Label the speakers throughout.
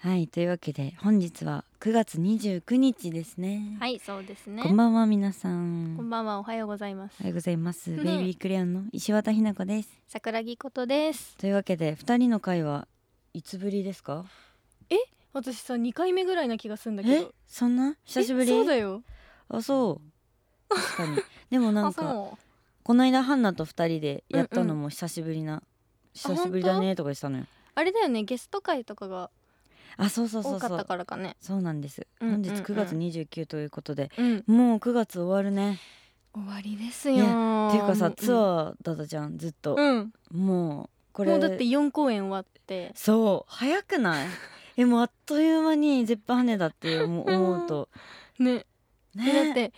Speaker 1: はいというわけで本日は9月29日ですね、
Speaker 2: はい、そうですね。
Speaker 1: こんばんは皆さん
Speaker 2: こんばんは、おはようございます
Speaker 1: おは。ようございます
Speaker 2: ね
Speaker 1: ベイビークレヨンの石渡ひな子です
Speaker 2: 桜木ことです。
Speaker 1: というわけで二人の会はいつぶりですか
Speaker 2: 私さ、二回目ぐらいな気がするんだけ
Speaker 1: え
Speaker 2: ど。
Speaker 1: そんな久しぶり
Speaker 2: そうだよ。
Speaker 1: あそう確かにでもなん
Speaker 2: あ、
Speaker 1: か
Speaker 2: そ
Speaker 1: この間ハンナと二人でやったのも久しぶりな、久しぶりだねとかしたのよ
Speaker 2: う。あれだよね、ゲスト会とかが
Speaker 1: あそうそうそ
Speaker 2: 多
Speaker 1: うそ
Speaker 2: かった
Speaker 1: う
Speaker 2: からかね。
Speaker 1: そうなんです、
Speaker 2: うんうんうん
Speaker 1: 本日9月29ということで
Speaker 2: うん。
Speaker 1: もう9月終わるね
Speaker 2: 終わりですよ
Speaker 1: いや
Speaker 2: ー。
Speaker 1: っていうかさ
Speaker 2: ん
Speaker 1: ツアーだったじゃんずっと、
Speaker 2: うん。
Speaker 1: もうこれ
Speaker 2: もうだって四公演終わって。
Speaker 1: そう早く ないえもうあっという間に絶版羽田って思う思うと
Speaker 2: ね。
Speaker 1: ね
Speaker 2: だって、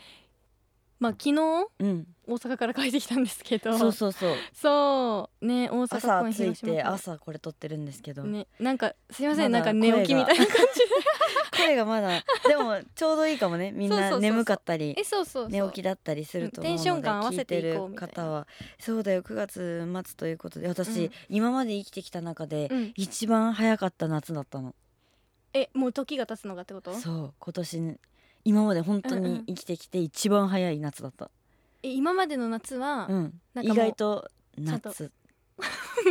Speaker 2: まあ昨日大
Speaker 1: うん
Speaker 2: 阪から帰ってきたんですけど。
Speaker 1: そうそうそう
Speaker 2: そうね、大阪
Speaker 1: 朝
Speaker 2: 公演
Speaker 1: 着い
Speaker 2: 広島公
Speaker 1: て
Speaker 2: 演
Speaker 1: 朝これ撮ってるんですけど、
Speaker 2: ね、なんかすいません、
Speaker 1: ま
Speaker 2: なん
Speaker 1: だ
Speaker 2: か寝起きみたいな感じで。
Speaker 1: 声がまだでもちょうどいいかもねみん
Speaker 2: そうそうそ
Speaker 1: な
Speaker 2: うそう
Speaker 1: 眠かったり
Speaker 2: え、そうそう
Speaker 1: 寝
Speaker 2: そう。
Speaker 1: 起きだったりすると思うので
Speaker 2: テンション感合わ
Speaker 1: 聞
Speaker 2: せ
Speaker 1: いて
Speaker 2: てい
Speaker 1: る
Speaker 2: こうみたいな
Speaker 1: 方はそうだよ9月末ということで私、
Speaker 2: うん
Speaker 1: 今まで生きてきた中で
Speaker 2: うん。
Speaker 1: 一番早かった夏だったの
Speaker 2: えもう時が経つのがってこと
Speaker 1: そう今年今まで本当
Speaker 2: うんう
Speaker 1: に
Speaker 2: ん
Speaker 1: 生きてきて一番早い夏だった、
Speaker 2: え今までの夏は、
Speaker 1: うん
Speaker 2: なん
Speaker 1: 意
Speaker 2: かもう
Speaker 1: 外と
Speaker 2: ちゃんと
Speaker 1: 夏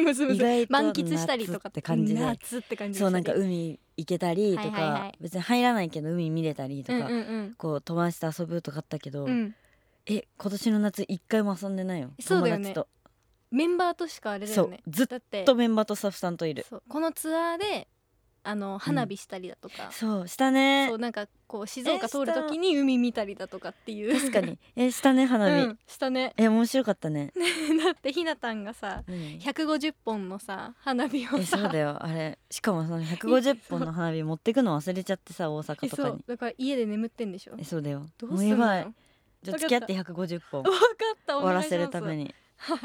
Speaker 2: むずむず
Speaker 1: 意外と
Speaker 2: 満喫したりと
Speaker 1: 夏
Speaker 2: か
Speaker 1: って感じで
Speaker 2: 夏って感じで
Speaker 1: そうなんか海行けたりとか、
Speaker 2: はいはいはい
Speaker 1: 別に入らないけど海見れたりと
Speaker 2: うん
Speaker 1: か、
Speaker 2: うんうん
Speaker 1: こう友達と遊ぶとかあったけど、
Speaker 2: うん
Speaker 1: え今年の夏一回も遊んでないよ
Speaker 2: そうだよね
Speaker 1: 友達と
Speaker 2: メンバーとしかあれだよね
Speaker 1: そうずっ
Speaker 2: だって
Speaker 1: とメンバーとスタッフさんといる
Speaker 2: そうこのツアーであの花火したりだとか、
Speaker 1: そうしたね
Speaker 2: そうなんかこう静岡通るときに海見たりだとかっていう
Speaker 1: 確か にえしたね花火、
Speaker 2: うん、したね
Speaker 1: え面白かったね、
Speaker 2: だってひなたんがさ
Speaker 1: うん
Speaker 2: 150本のさ花火を
Speaker 1: えそう
Speaker 2: さ
Speaker 1: だよあれしかもその150本の花火持ってくの忘れちゃってさ大
Speaker 2: え
Speaker 1: 阪と
Speaker 2: そ
Speaker 1: か
Speaker 2: う
Speaker 1: に
Speaker 2: だから家で眠ってんでしょ
Speaker 1: えそうだよ
Speaker 2: ど
Speaker 1: も
Speaker 2: う
Speaker 1: う
Speaker 2: す
Speaker 1: や
Speaker 2: んの
Speaker 1: ば
Speaker 2: よ
Speaker 1: いじゃあ付き合って150本
Speaker 2: 分かったお
Speaker 1: 終わら
Speaker 2: 願いします
Speaker 1: せるために
Speaker 2: はい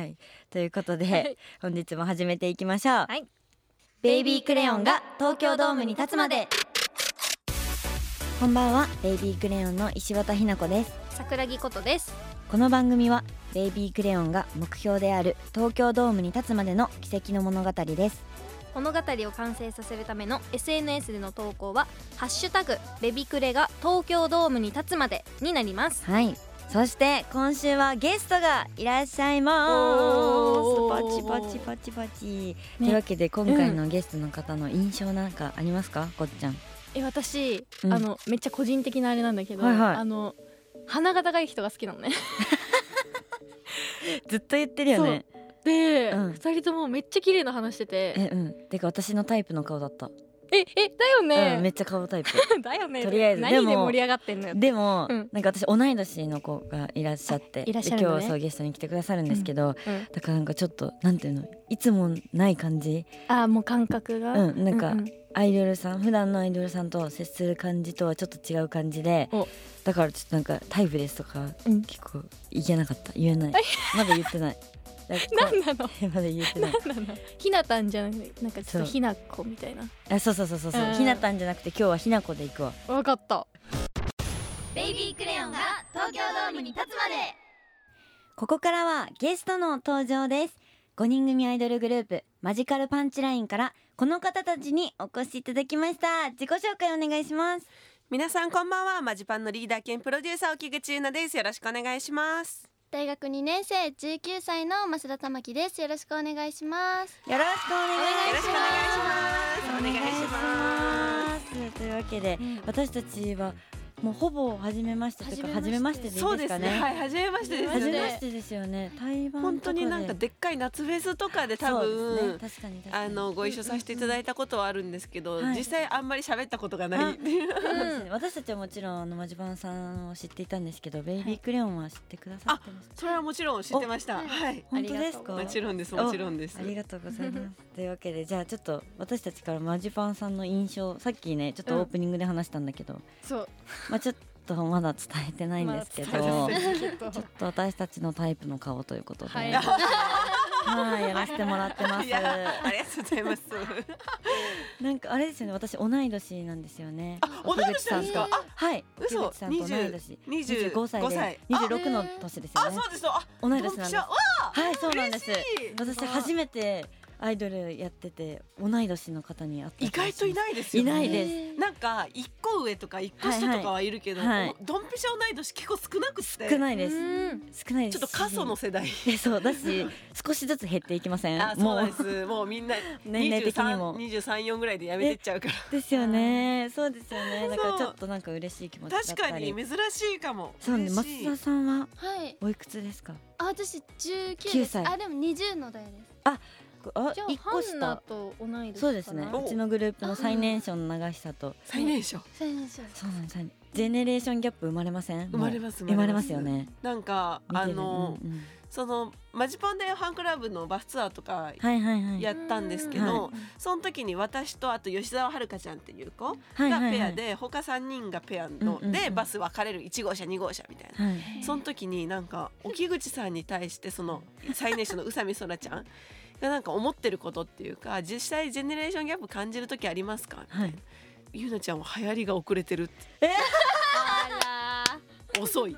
Speaker 1: はいということで、
Speaker 2: はい
Speaker 1: 本日も始めていきましょう、
Speaker 2: はい
Speaker 1: ベイビークレヨンが東京ドームに立つまでこんばんはベイビークレヨンの石渡ひな子です
Speaker 2: 桜木ことです
Speaker 1: この番組はベイビークレヨンが目標である東京ドームに立つまでの奇跡の物語です
Speaker 2: 物語を完成させるための SNS での投稿は「ハッシュタグベビクレが東京ドームに立つまで」になります
Speaker 1: はいそして今週はゲストがいらっしゃいます
Speaker 2: お
Speaker 1: パチ
Speaker 2: ー
Speaker 1: パチパチパチ、というわけで今回のゲストの方の印象なんかありますかこっちゃん
Speaker 2: え私、
Speaker 1: うん
Speaker 2: あのめっちゃ個人的なあれなんだけど、
Speaker 1: はいはい
Speaker 2: あの鼻が高い人が好きなのね
Speaker 1: ずっと言ってるよね
Speaker 2: で、
Speaker 1: うん
Speaker 2: 二人ともめっちゃ綺麗な話してて
Speaker 1: えうんてか私のタイプの顔だった、
Speaker 2: ええだよね、
Speaker 1: うんめっちゃ顔タ イプ
Speaker 2: だよね
Speaker 1: とりあえずで
Speaker 2: 何
Speaker 1: も
Speaker 2: で盛り上がってんのよ
Speaker 1: でも、
Speaker 2: うん
Speaker 1: なんか私同い年の子がいらっしゃって
Speaker 2: あいらっしゃるのね
Speaker 1: で今日そうゲストに来てくださるんですけど、
Speaker 2: うん
Speaker 1: だからなんかちょっとなんていうのいつもない感じ
Speaker 2: あーもう感覚が、
Speaker 1: うんなんか
Speaker 2: う
Speaker 1: アイドルさん普段のアイドルさんと接する感じとはちょっと違う感じで
Speaker 2: お
Speaker 1: だからちょっとなんかタイプですとか
Speaker 2: うん
Speaker 1: 結構いけなかった言えないまだ言ってないだから
Speaker 2: 何 なの
Speaker 1: まだ言えてない
Speaker 2: 何なのひなたんじゃなくてなんかちょっと
Speaker 1: そう
Speaker 2: ひな子みたいな
Speaker 1: あそうそうそうそうそう
Speaker 2: うん
Speaker 1: ひなたんじゃなくて今日はひなこで行くわ
Speaker 2: わかった
Speaker 3: ベイビークレヨンが東京ドームに立つまで
Speaker 1: ここからはゲストの登場です5人組アイドルグループマジカルパンチラインからこの方たちにお越しいただきました自己紹介お願いします
Speaker 4: 皆さんこんばんはマジパンのリーダー兼プロデューサー沖口優奈ですよろしくお願いします
Speaker 3: 大学2年生19歳の増田玉樹ですよろしくお願いします
Speaker 1: よろしくお願いします。
Speaker 4: よろしくお願いしますお願いします
Speaker 1: というわけで、私たちはもうほぼ初めましてというか初
Speaker 2: 初
Speaker 1: め
Speaker 2: め
Speaker 1: ま
Speaker 2: ま
Speaker 1: し
Speaker 2: してて
Speaker 1: でい
Speaker 4: そ
Speaker 1: いうで
Speaker 4: です
Speaker 1: か
Speaker 4: すね
Speaker 1: ね。
Speaker 4: はい初めましてです
Speaker 1: 初
Speaker 4: よ
Speaker 1: めまし
Speaker 4: ね
Speaker 1: てですよね。台湾
Speaker 4: 本当になんかでっかい夏フェスとかで多
Speaker 1: そうですね
Speaker 4: 分、
Speaker 1: 確かに確かに
Speaker 4: あのご一緒させていただいたことはあるんですけど、
Speaker 1: はい
Speaker 4: 実際あんまり喋ったことがない
Speaker 1: あそうですね私たちはもちろんあのマジバンさんを知っていたんですけど、ベイビークレヨンは知ってくださってました。
Speaker 4: それはもちろん知ってました
Speaker 3: お
Speaker 4: はい
Speaker 1: 本当です
Speaker 2: あ
Speaker 1: か。
Speaker 2: り
Speaker 4: も
Speaker 2: が
Speaker 4: ちろんですもちろんです
Speaker 1: ありがとうござい ます。というわけでじゃあちょっと私たちからマジパンさんの印象さっきねちょっとオープニングで話したんだけど、
Speaker 2: そう
Speaker 1: まあちょっとまだ伝えてないんですけど、
Speaker 2: まだ伝えてないんですけど
Speaker 1: ちょっと私たちのタイプの顔ということで、
Speaker 2: は
Speaker 1: はいい、やらせてもらってま
Speaker 4: いやあ
Speaker 1: す。
Speaker 4: りがとうございます
Speaker 1: なんかあれですよね、私同い年なんですよね。
Speaker 4: あ同い年なんです
Speaker 1: 奥口さ
Speaker 4: か
Speaker 1: とはい、
Speaker 4: 嘘
Speaker 1: 奥口さんと同い年。
Speaker 4: 二十
Speaker 1: 25歳
Speaker 4: 25
Speaker 1: で
Speaker 4: 歳、
Speaker 1: 二十六の年ですよ
Speaker 4: あ
Speaker 1: ね
Speaker 4: そ。うですあ
Speaker 1: 同い年なんです
Speaker 4: ドンピシャわあ
Speaker 1: はい、そうなんです
Speaker 4: 嬉しい。
Speaker 1: 私初めてアイドルやってて同い年の方に会った
Speaker 4: 意外といないですよ
Speaker 1: い
Speaker 4: ね
Speaker 1: ないです、
Speaker 4: なんか一個上とか一個下とかはいるけど、
Speaker 1: はいはいはい
Speaker 4: ドンピシャ同い年結構少なくて
Speaker 1: 少ないです
Speaker 2: うん
Speaker 1: 少ないで
Speaker 4: ちょ
Speaker 1: す
Speaker 4: っと過疎の世代
Speaker 1: えそうだし少しずつ減っていきません
Speaker 4: あそうなんですもうみんな
Speaker 1: 年齢的にも
Speaker 4: 234ぐらいでやめてっちゃうから
Speaker 1: ですよねそうですよねだから
Speaker 4: そう
Speaker 1: ちょっとなんか嬉しい気持ちだったり
Speaker 4: 確かに珍しいかも
Speaker 1: そうね
Speaker 4: 嬉し
Speaker 1: 松
Speaker 4: い
Speaker 1: 田さんは
Speaker 3: はい
Speaker 1: おいくつですか
Speaker 3: あ私19です
Speaker 1: 9歳
Speaker 3: あでも20の代です
Speaker 1: あ
Speaker 2: じゃ
Speaker 1: 一
Speaker 2: あハ
Speaker 1: 個
Speaker 2: ンナ
Speaker 1: 下
Speaker 2: と同い年かな
Speaker 1: そうですね
Speaker 4: お
Speaker 1: うちのグループの最年少の長久と
Speaker 4: 最年少
Speaker 3: 最年少です
Speaker 1: そうなんですジェネレーションギャップ生まれません
Speaker 4: 生まれ
Speaker 1: も
Speaker 4: ます
Speaker 1: う生まれますよね
Speaker 4: なんか
Speaker 1: 見て
Speaker 4: あ
Speaker 1: る
Speaker 4: の、
Speaker 1: うんうん
Speaker 4: そのマジパンでファンクラブのバスツアーとか
Speaker 1: はいはいはい
Speaker 4: やったんですけ
Speaker 1: うん
Speaker 4: ど、その時に私とあと吉澤遥ちゃんっていう子が
Speaker 1: はいはいはい
Speaker 4: ペアで他3人がペアの
Speaker 1: うんうんう
Speaker 4: で
Speaker 1: ん
Speaker 4: バス分かれる1号車2号車みたいな。
Speaker 1: はい
Speaker 4: その時になんか沖口さんに対してその最年少の宇佐美空ち ゃんがなんか思ってることっていうか実際ジェネレーションギャップ感じる時ありますかみたいな、
Speaker 1: はい
Speaker 4: ゆうなちゃんは流行りが遅れてるって
Speaker 3: あら
Speaker 4: 遅い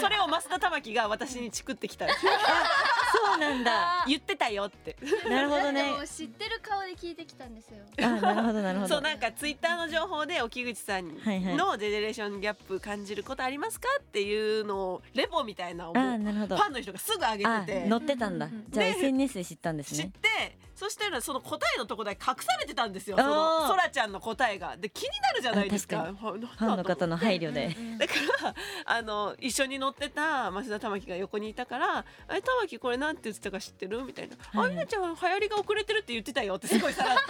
Speaker 4: それを増田玉樹が私にチクってきたんです
Speaker 1: そうなんだ
Speaker 4: 言ってたよって
Speaker 1: なるほどね
Speaker 3: でも知ってる顔で聞いてきたんです よ
Speaker 1: あなるほどなるほど
Speaker 4: そうなんかツイッターの情報で沖口さん
Speaker 1: はいはい
Speaker 4: のジェネレーションギャップ感じることありますかっていうのをレポみたいなのを
Speaker 1: あ
Speaker 4: ファ
Speaker 1: なるほど
Speaker 4: ンの人がすぐ上げ
Speaker 1: あ
Speaker 4: てて
Speaker 1: 乗ってたんだ
Speaker 2: うんうんうん
Speaker 1: じゃあ
Speaker 4: で
Speaker 1: SNS で知ったんです
Speaker 4: 知っ
Speaker 1: ね
Speaker 4: てそしたらその答えのとこだけ隠されてたんですよそ
Speaker 1: あー
Speaker 4: のそらちゃんの答えがで気になるじゃないです
Speaker 1: あ
Speaker 4: か
Speaker 1: 確
Speaker 4: ファン
Speaker 1: ファンの方の配慮で
Speaker 4: だからあの一緒に乗ってた増田玉樹が横にいたから「あれ玉樹これなんて言ってたか知ってる?」みたいな「
Speaker 1: は
Speaker 4: あ
Speaker 1: い
Speaker 4: ゆなちゃん流行りが遅れてるって言ってたよ」ってすごいさらっと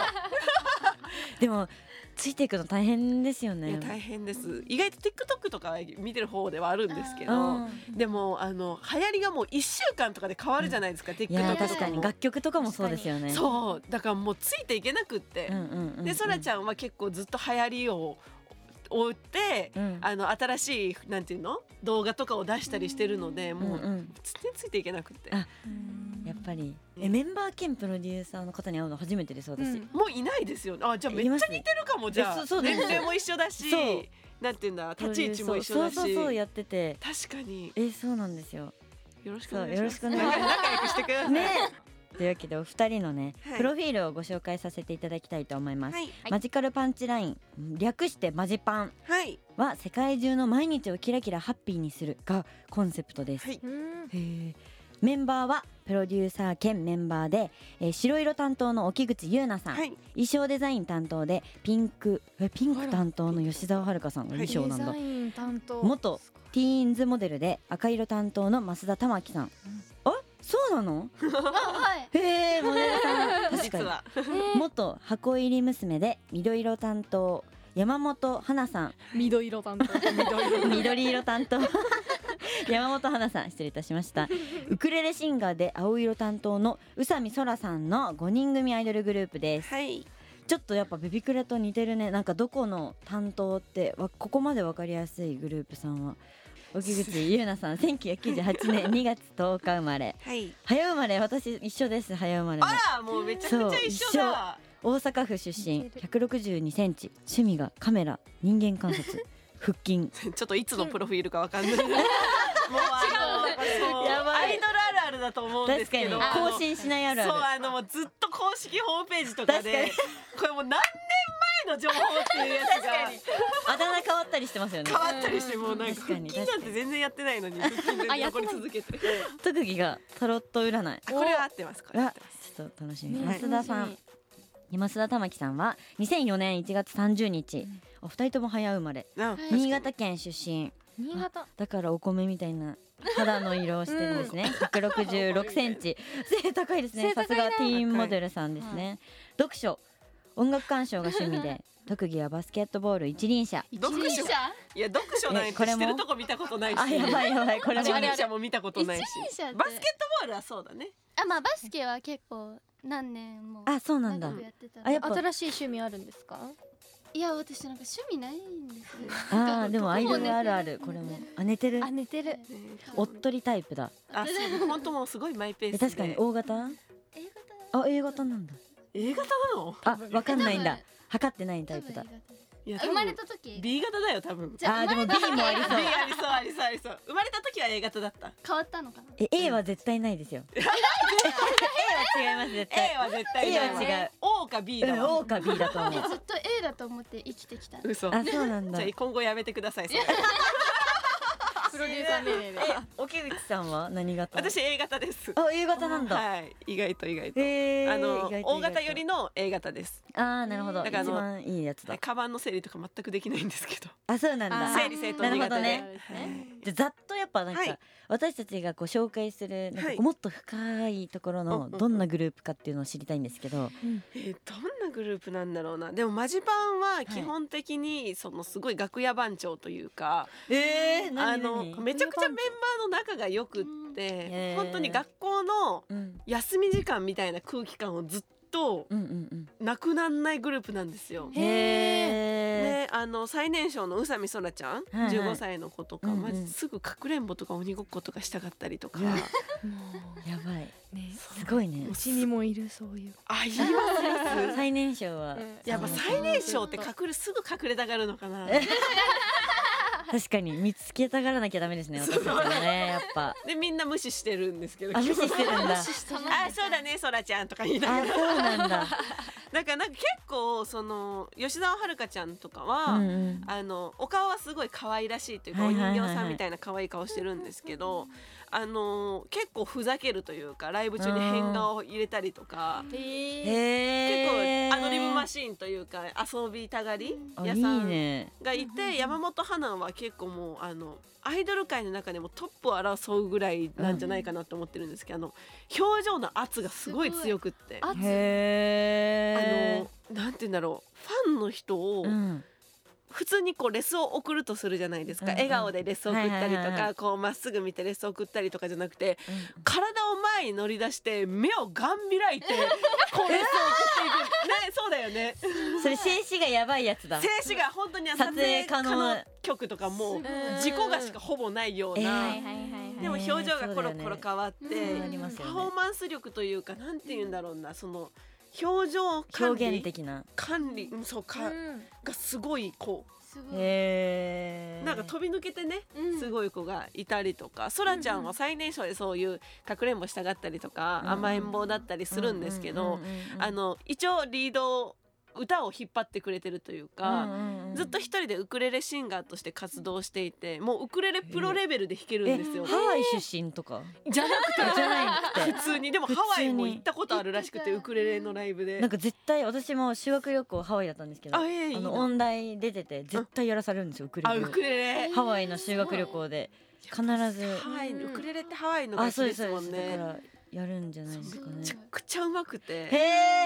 Speaker 1: でもついていくの大変ですよ
Speaker 4: いや
Speaker 1: ね
Speaker 4: 大変です意外と TikTok とか見てる方ではあるんですけど
Speaker 1: あー
Speaker 4: でもあの流行りがもう1週間とかで変わるじゃないですか、
Speaker 1: いや
Speaker 4: TikTok
Speaker 1: ー確か
Speaker 4: と
Speaker 1: に
Speaker 4: も
Speaker 1: 楽曲とかもそうですよね
Speaker 4: そうだからもうついていけなくって、
Speaker 1: うんうんうんうん
Speaker 4: でそらちゃんは結構ずっと流行りを追って、
Speaker 1: うん
Speaker 4: あの新しいなんていうの動画とかを出したりしてるので、
Speaker 1: うんう
Speaker 4: もう
Speaker 1: ん
Speaker 4: 全然ついていけなくて
Speaker 1: あやっぱりえメンバー兼プロデューサーの方に会うの初めてです私
Speaker 2: うん
Speaker 4: もういないですよねあじゃあめっちゃ似てるかもじゃ
Speaker 1: えそ
Speaker 4: あ
Speaker 1: うそうです
Speaker 4: 年齢も一緒だし
Speaker 1: そう
Speaker 4: なんていうんだ立ち位置も一緒だし
Speaker 1: そうそうそうそうやってて
Speaker 4: 確かに
Speaker 1: えそうなんですよ
Speaker 4: よろしくお願いします
Speaker 1: そうよろしくお願いします
Speaker 4: 仲良くしてください
Speaker 1: ねというわけでお二人のね、
Speaker 4: はい
Speaker 1: プロフィールをご紹介させていただきたいと思います、
Speaker 4: はい
Speaker 1: マジカルパンチライン略してマジパン
Speaker 4: はい
Speaker 1: は世界中の毎日をキラキラハッピーにするがコンセプトです、
Speaker 4: はい
Speaker 2: うん
Speaker 1: へーメンバーはプロデューサー兼メンバーで、えー白色担当の沖口優奈さん、
Speaker 4: はい
Speaker 1: 衣装デザイン担当でピンクえピンク担当の吉澤遥さんが
Speaker 4: はい
Speaker 1: 衣装なんだ、
Speaker 2: デザイン担当
Speaker 1: 元ティーンズモデルで赤色担当の増田玉樹さん、あそうなの
Speaker 3: あはい
Speaker 1: へ えモデルさん確か
Speaker 4: 実
Speaker 1: に
Speaker 4: は
Speaker 1: 元箱入り娘で緑色担当山本花さん
Speaker 2: 緑色担 当
Speaker 1: 緑色担当山本花さん失礼いたしましたウクレレシンガーで青色担当の宇佐美空さんの5人組アイドルグループです
Speaker 4: はい
Speaker 1: ちょっとやっぱベビクレと似てるねなんかどこの担当ってわここまで分かりやすいグループさんは沖口優奈さん1998年2月10日生まれ
Speaker 4: はい
Speaker 1: 早生まれ私一緒です早生まれの
Speaker 4: あらもうめちゃくちゃ一緒だ
Speaker 1: 大阪府出身162センチ趣味がカメラ人間観察腹筋
Speaker 4: ちょっといつのプロフィールかわか んない。もうあのそう
Speaker 1: やばい
Speaker 4: アイドルあるあるだと思うんで
Speaker 1: 確か
Speaker 4: すけ
Speaker 1: に
Speaker 4: ど、
Speaker 1: 更新しないあ
Speaker 4: あ
Speaker 1: る
Speaker 4: の
Speaker 1: あ
Speaker 4: そう
Speaker 1: る
Speaker 4: あのもうずっと公式ホームページとか
Speaker 1: 確か
Speaker 4: で
Speaker 1: に、
Speaker 4: これもう何年前の情報っていうやつが
Speaker 1: あだ名変わったりしてますよね
Speaker 4: 変わったりしてもうなんか
Speaker 1: 確か
Speaker 4: 腹
Speaker 1: に
Speaker 4: 筋なんて全然やってないのに腹筋
Speaker 2: あ
Speaker 4: で
Speaker 2: やってない
Speaker 4: 残り続けてる。
Speaker 1: 特技がタロット占い
Speaker 4: あこれは合ってますこれ合っ
Speaker 1: は
Speaker 4: てます。
Speaker 1: ちょっと楽しみ
Speaker 4: はい
Speaker 1: 増田さん増田玉樹さんは2004年1月30日お二人とも早生まれ
Speaker 4: うん
Speaker 3: はい
Speaker 1: 新潟県出身
Speaker 2: 新潟
Speaker 1: だからお米みたいな肌の色をしてるんですね。166センチ。背高いですね。
Speaker 2: 背
Speaker 1: さ
Speaker 2: 高い
Speaker 1: すがティーンモデルさんですね。読書、音楽鑑賞が趣味で、特技はバスケットボール一輪車。
Speaker 4: 読書
Speaker 3: 一輪車
Speaker 4: いや読書なん
Speaker 1: え
Speaker 4: て
Speaker 1: これ
Speaker 4: し
Speaker 1: も
Speaker 4: てるとこ見たことないし。
Speaker 1: あやばいやばいこれも
Speaker 4: 自転車も見たことないし。
Speaker 3: 一輪車って
Speaker 4: バスケットボールはそうだね。
Speaker 3: あまあバスケは結構何年も
Speaker 1: あそうなんだ
Speaker 3: 長く。やってたん
Speaker 1: あや
Speaker 3: で
Speaker 1: っぱ
Speaker 2: 新しい趣味あるんですか
Speaker 3: いや私なんか趣味ないんですよ
Speaker 1: あーでもアイド
Speaker 3: もう寝
Speaker 1: ル
Speaker 3: てる
Speaker 1: あるあるこれもあ寝てる。
Speaker 2: 寝てる
Speaker 1: おっとりタイプだ。
Speaker 4: あそう本当もうすごいマイペース
Speaker 1: え
Speaker 4: で。
Speaker 1: 確かに O 型？
Speaker 3: 英語だ
Speaker 1: あ A 型なんだ。
Speaker 4: A 型なの？
Speaker 1: あわかんないんだ。測ってない
Speaker 3: 多
Speaker 1: タイプ
Speaker 3: 分
Speaker 1: だ。
Speaker 3: A 型です
Speaker 4: いや多
Speaker 3: 生
Speaker 4: 分
Speaker 3: まれた時
Speaker 4: B 型だよ多分
Speaker 3: じゃ
Speaker 1: あーでも
Speaker 3: 生まれた時
Speaker 1: B もあり
Speaker 4: B
Speaker 1: そう
Speaker 4: ありそうありそうありそう生まれた時は A 型だった
Speaker 3: 変わったのかな
Speaker 1: え A は絶対ないです よ A は違います絶
Speaker 4: A
Speaker 1: 対
Speaker 4: は絶対
Speaker 1: A は
Speaker 4: ない
Speaker 1: 違う
Speaker 4: O か B だ
Speaker 1: うん
Speaker 4: わ
Speaker 1: O か B だと思
Speaker 3: え
Speaker 1: う
Speaker 3: ずっと A だと思って生きてきた
Speaker 4: 嘘じゃ
Speaker 1: あそうなんだ
Speaker 4: あ
Speaker 1: え
Speaker 4: 今後やめてくださいそれ
Speaker 2: プロデューサー命令で
Speaker 1: 沖口さんは何型
Speaker 4: 私 A 型です
Speaker 1: あ A 型なんだ
Speaker 4: はい意外と意外と
Speaker 1: へー
Speaker 4: あの
Speaker 1: 意外と意外と
Speaker 4: O 型よりの A 型です
Speaker 1: あーなるほど
Speaker 4: だ
Speaker 1: 一
Speaker 4: からあの
Speaker 1: 番いいやつだ
Speaker 4: カバンの整理とか全くできないんですけど
Speaker 1: あそうなん
Speaker 2: あ
Speaker 1: だ
Speaker 2: ー
Speaker 4: 整理整
Speaker 1: な
Speaker 4: 頓
Speaker 1: るほ
Speaker 4: 苦
Speaker 1: ど
Speaker 4: 手で
Speaker 1: ねじゃあざっとやっぱなんか、
Speaker 4: はい
Speaker 1: 私たちがこう紹介するなん
Speaker 4: は
Speaker 1: か
Speaker 4: い
Speaker 1: もっと深いところ
Speaker 4: うんう
Speaker 1: の
Speaker 4: んうん
Speaker 1: どんなグループかっていうのを知りたいんですけど、
Speaker 4: えーどんなグループなんだろうなでもマジパンは基本的にそのすごい楽屋番長というか、
Speaker 1: ええ
Speaker 4: あのめちゃくちゃメンバーの仲がよくっ
Speaker 1: へ
Speaker 4: て
Speaker 1: ー
Speaker 4: 本当に学校の
Speaker 1: うん
Speaker 4: 休み時間みたいな空気感をずっと
Speaker 1: うんうん
Speaker 4: なくなんないグループなんですよ。
Speaker 1: うんへえ、
Speaker 4: ね、あの最年少の宇佐美そらちゃん、
Speaker 1: はいはい
Speaker 4: 15歳の子とか、
Speaker 1: うんうん
Speaker 4: まじすぐかくれんぼとか鬼ごっことかしたかったりとか、
Speaker 1: うん
Speaker 2: も
Speaker 1: やばいう
Speaker 2: ね
Speaker 1: すごいね
Speaker 2: うちにもいるそういう
Speaker 4: あいますいます
Speaker 1: 最年少は
Speaker 2: うん
Speaker 4: やっぱ最年少って隠れすぐ隠れたがるのかな
Speaker 1: え確かに見つけたがらなきゃダメですね私たちもねやっ ぱ
Speaker 4: でみんな無視してるんですけど
Speaker 1: あ無視してるん だあ
Speaker 4: あそうだねそらちゃんとか言いながら
Speaker 1: そうなんだ
Speaker 4: だからなんか結構その吉澤遥ちゃんとかは、
Speaker 1: うんうん
Speaker 4: あのお顔はすごい可愛らしいというか、
Speaker 1: はいはいはいはい
Speaker 4: お人形さんみたいな可愛い顔してるんですけど、あの結構ふざけるというかライブ中に変顔を入れたりとか、
Speaker 2: え
Speaker 4: 結
Speaker 1: へえ
Speaker 4: 構アドリブマシーンというか遊びたがり
Speaker 1: あ
Speaker 4: 屋
Speaker 1: い
Speaker 4: さ
Speaker 1: い
Speaker 4: ん
Speaker 1: ね
Speaker 4: がいて山本花は結構もうあのアイドル界の中でもトップを争うぐらいなんじゃないかなと思ってるんですけど、あの表情の圧がすごい強くって。
Speaker 3: あ
Speaker 1: へえ
Speaker 4: あのなんて言うんだろうファンの人を
Speaker 1: うん
Speaker 4: 普通にこうレスを送るとするじゃないですか、
Speaker 1: うんうん
Speaker 4: 笑顔でレスを送ったりとか、
Speaker 1: はいはいはいはい
Speaker 4: こうまっすぐ見てレスを送ったりとかじゃなくて体を前に乗り出して目をガン開 いてこうレスを送っていくねそうだよね
Speaker 1: それ静止がやばいやつだ
Speaker 4: 静止が本当に
Speaker 1: 撮影可能
Speaker 4: 曲とかもう
Speaker 2: ー
Speaker 4: 事故がしかほぼないよう
Speaker 1: えー
Speaker 4: な、
Speaker 2: はいはいはいはい
Speaker 4: でも表情がコロコロ変わって、
Speaker 1: そう
Speaker 3: ね
Speaker 1: なります
Speaker 4: パ
Speaker 1: よ
Speaker 4: フォー
Speaker 1: ね
Speaker 4: マンス力というかなんて言うんだろうなその表情管理
Speaker 1: 表現的な
Speaker 4: 管理うんそうか、
Speaker 2: うん
Speaker 4: がすごいこう
Speaker 3: すごい
Speaker 1: へえ
Speaker 4: なんか飛び抜けてね、
Speaker 2: うん
Speaker 4: すごい子がいたりとかそらちゃんは最年少でそういうかくれんぼしたがったりとか、
Speaker 1: うん
Speaker 4: 甘えん坊だったりするんですけど、あの一応リードを歌を引っ張ってくれてるというか、ずっと一人でウクレレシンガーとして活動していてもうウクレレプロレベルで弾けるんですよ。
Speaker 1: ハワイ出身とか
Speaker 4: じゃなくて
Speaker 1: じゃないく
Speaker 4: 普通にでも
Speaker 1: 普
Speaker 4: ハ
Speaker 1: 通に
Speaker 4: ワイも行ったことあるらしくてウクレレのライブ
Speaker 1: て
Speaker 4: で
Speaker 1: なん。か絶対私も修学旅行ハワイだったんですけど
Speaker 4: あ
Speaker 1: あ
Speaker 4: ええいい
Speaker 1: の
Speaker 4: な
Speaker 1: 音大出てて絶対やらされるんですよウクレ
Speaker 4: あウク
Speaker 1: レ
Speaker 4: レレ
Speaker 1: ハワイの修学旅行で必ず
Speaker 4: ハワイウクレレってハワイの
Speaker 1: あ
Speaker 4: 楽
Speaker 1: そうで
Speaker 4: 器ですす
Speaker 1: そ
Speaker 4: も
Speaker 1: うんですだか
Speaker 4: ね。
Speaker 1: らやるんじゃないですかね
Speaker 4: めちゃくちゃうまくて。
Speaker 1: へ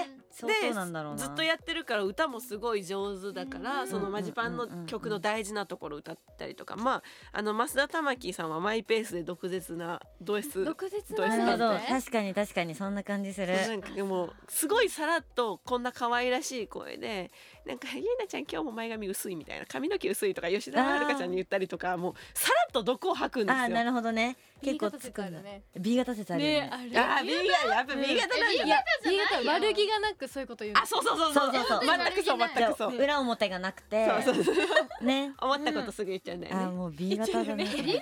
Speaker 1: えそう
Speaker 4: で
Speaker 1: そうなんだろうな
Speaker 4: ずっとやってるから歌もすごい上手だか
Speaker 3: う
Speaker 4: ら、
Speaker 3: ん
Speaker 4: そのマジパン
Speaker 1: うんうんうんう
Speaker 4: の
Speaker 1: ん
Speaker 4: 曲の大事なところ歌ったりとか、まああの増田玉樹さんはマイペースで毒舌なド S な
Speaker 3: 毒舌
Speaker 4: ド
Speaker 1: なるほど
Speaker 4: だ
Speaker 1: 確かに確かにそんな感じする
Speaker 4: んかもうすごいさらっとこんな可愛らしい声でなんか「ゆいなちゃん今日も前髪薄い」みたいな「髪の毛薄い」とか吉田遥ちゃんに言ったりとかもうさらっと毒を吐くん
Speaker 1: あ
Speaker 4: ですよ。
Speaker 1: ーなるほどね結構つくんだ B 型説あるよね
Speaker 2: ねあれ
Speaker 4: あー B 型やっぱ B 型なんじゃ
Speaker 2: い
Speaker 4: ない、
Speaker 2: や B 型悪気がなくそういうこと言うん
Speaker 4: あそうそうそう
Speaker 1: そ
Speaker 4: そう
Speaker 1: うそうそう
Speaker 4: 全くそう
Speaker 1: じ
Speaker 4: 全
Speaker 1: ゃ
Speaker 4: く
Speaker 1: あ
Speaker 4: そう。
Speaker 1: 裏表がなくて
Speaker 4: そうそうそう
Speaker 1: ね
Speaker 4: 思ったことすぐ言っちゃうんだよ
Speaker 1: あ
Speaker 4: ね。
Speaker 1: ーもう B 型だね
Speaker 2: B 型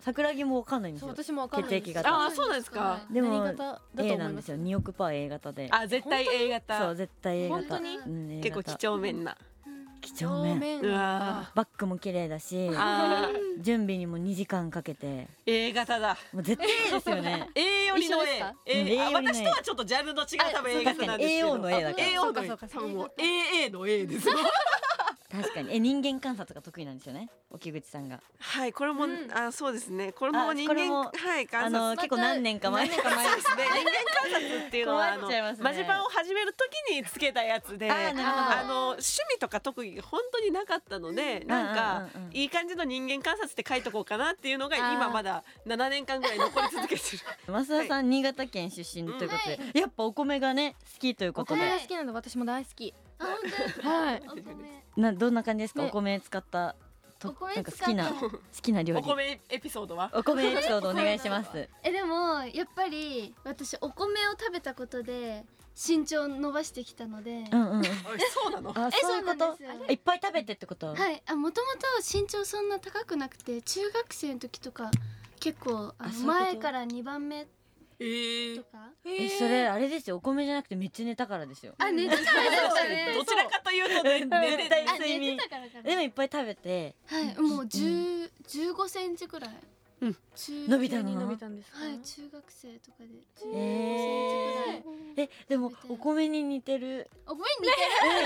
Speaker 1: 桜木もわかんないんです
Speaker 2: そう
Speaker 1: よ
Speaker 2: 私もわかんないです
Speaker 1: 血液型
Speaker 4: ああそうなんですか。
Speaker 1: でも
Speaker 2: 何型だと思
Speaker 1: A
Speaker 2: い
Speaker 1: なん
Speaker 2: ま
Speaker 1: です
Speaker 2: す
Speaker 1: よ2億パー A 型で
Speaker 4: あ絶対 A 型。
Speaker 1: そう絶対 A 型
Speaker 2: 本当に
Speaker 1: うん、A
Speaker 4: 結構
Speaker 1: 型
Speaker 4: 几帳面な。
Speaker 1: 几帳面
Speaker 2: 面
Speaker 4: うわ
Speaker 1: バッグも綺麗だし
Speaker 4: あー
Speaker 1: 準備にも2時間かけて
Speaker 4: A 型だ。
Speaker 1: もう絶対 A ですよ ね
Speaker 4: A よりの
Speaker 2: 一緒です
Speaker 4: A
Speaker 2: か。
Speaker 1: うん
Speaker 4: A あ
Speaker 1: A よりの A
Speaker 4: 私とはちょっとジャンルの違う多分 A 型なんですけど。
Speaker 1: 確かに AO の A だから
Speaker 4: AO の A
Speaker 2: そうかそうか
Speaker 4: 多分もう AA の A です。
Speaker 1: 確かにえ人間観察が得意なんですよね沖口さんが
Speaker 4: はいこれも
Speaker 2: うん
Speaker 4: あそうですねこれ
Speaker 1: あ
Speaker 4: も人
Speaker 1: これも
Speaker 4: 間はい
Speaker 1: あ
Speaker 4: 観察。
Speaker 1: の 結構何年か前
Speaker 4: そうですね人間観察っていうのはあ
Speaker 1: 困
Speaker 4: の
Speaker 1: っちゃいますね
Speaker 4: マジパンを始める時につけたやつで
Speaker 1: あーなるほど
Speaker 4: あの趣味とか特技が本当になかったのでなんか
Speaker 1: うんうんうんうん
Speaker 4: いい感じの人間観察って書いとこうかなっていうのが今まだ7年間ぐらい残り続 けてる。
Speaker 1: 増田さん新潟県出身ということで、
Speaker 3: は
Speaker 1: やっぱお米がね好きというこ
Speaker 2: お
Speaker 1: と
Speaker 2: 米
Speaker 1: で
Speaker 2: が好きなの私も大好き
Speaker 3: あ本
Speaker 2: はい
Speaker 3: 当お米
Speaker 1: などんな感じですか、
Speaker 2: ね
Speaker 1: お米使ったと
Speaker 3: お米
Speaker 1: なんか好きな
Speaker 3: 使
Speaker 1: 好きな料理
Speaker 4: お米エピソードは
Speaker 1: お米エピソードお願いします
Speaker 3: えでもやっぱり私お米を食べたことで身長伸ばしてきたので、
Speaker 1: うんうん。
Speaker 4: あそうなの
Speaker 1: あ、そういうこ
Speaker 3: なん
Speaker 1: と
Speaker 3: です。よ
Speaker 1: いっぱい食べてってこと。
Speaker 3: はいあもともと身長そんな高くなくて中学生の時とか結構あ
Speaker 1: あ
Speaker 3: の
Speaker 1: そういうこと
Speaker 3: 前から2番目
Speaker 4: えー
Speaker 3: とか
Speaker 1: え、それあれですよ。お米じゃなくてめっちゃ寝たからですよ。
Speaker 3: あ寝 てたからですかね
Speaker 4: どちらかというと ね寝て
Speaker 1: 絶対
Speaker 3: あ
Speaker 1: 睡眠
Speaker 3: 寝てたからか
Speaker 1: で
Speaker 3: な
Speaker 1: もいっぱい食べて。
Speaker 3: はいもう10 15センチくらい、
Speaker 4: うん
Speaker 3: 中
Speaker 1: 伸びたの
Speaker 2: に伸びたんですか、
Speaker 3: はい中学生とかで15
Speaker 1: え
Speaker 3: センチ
Speaker 1: え
Speaker 3: くらい、
Speaker 1: え、でもお米に似てる。
Speaker 3: お米に似てる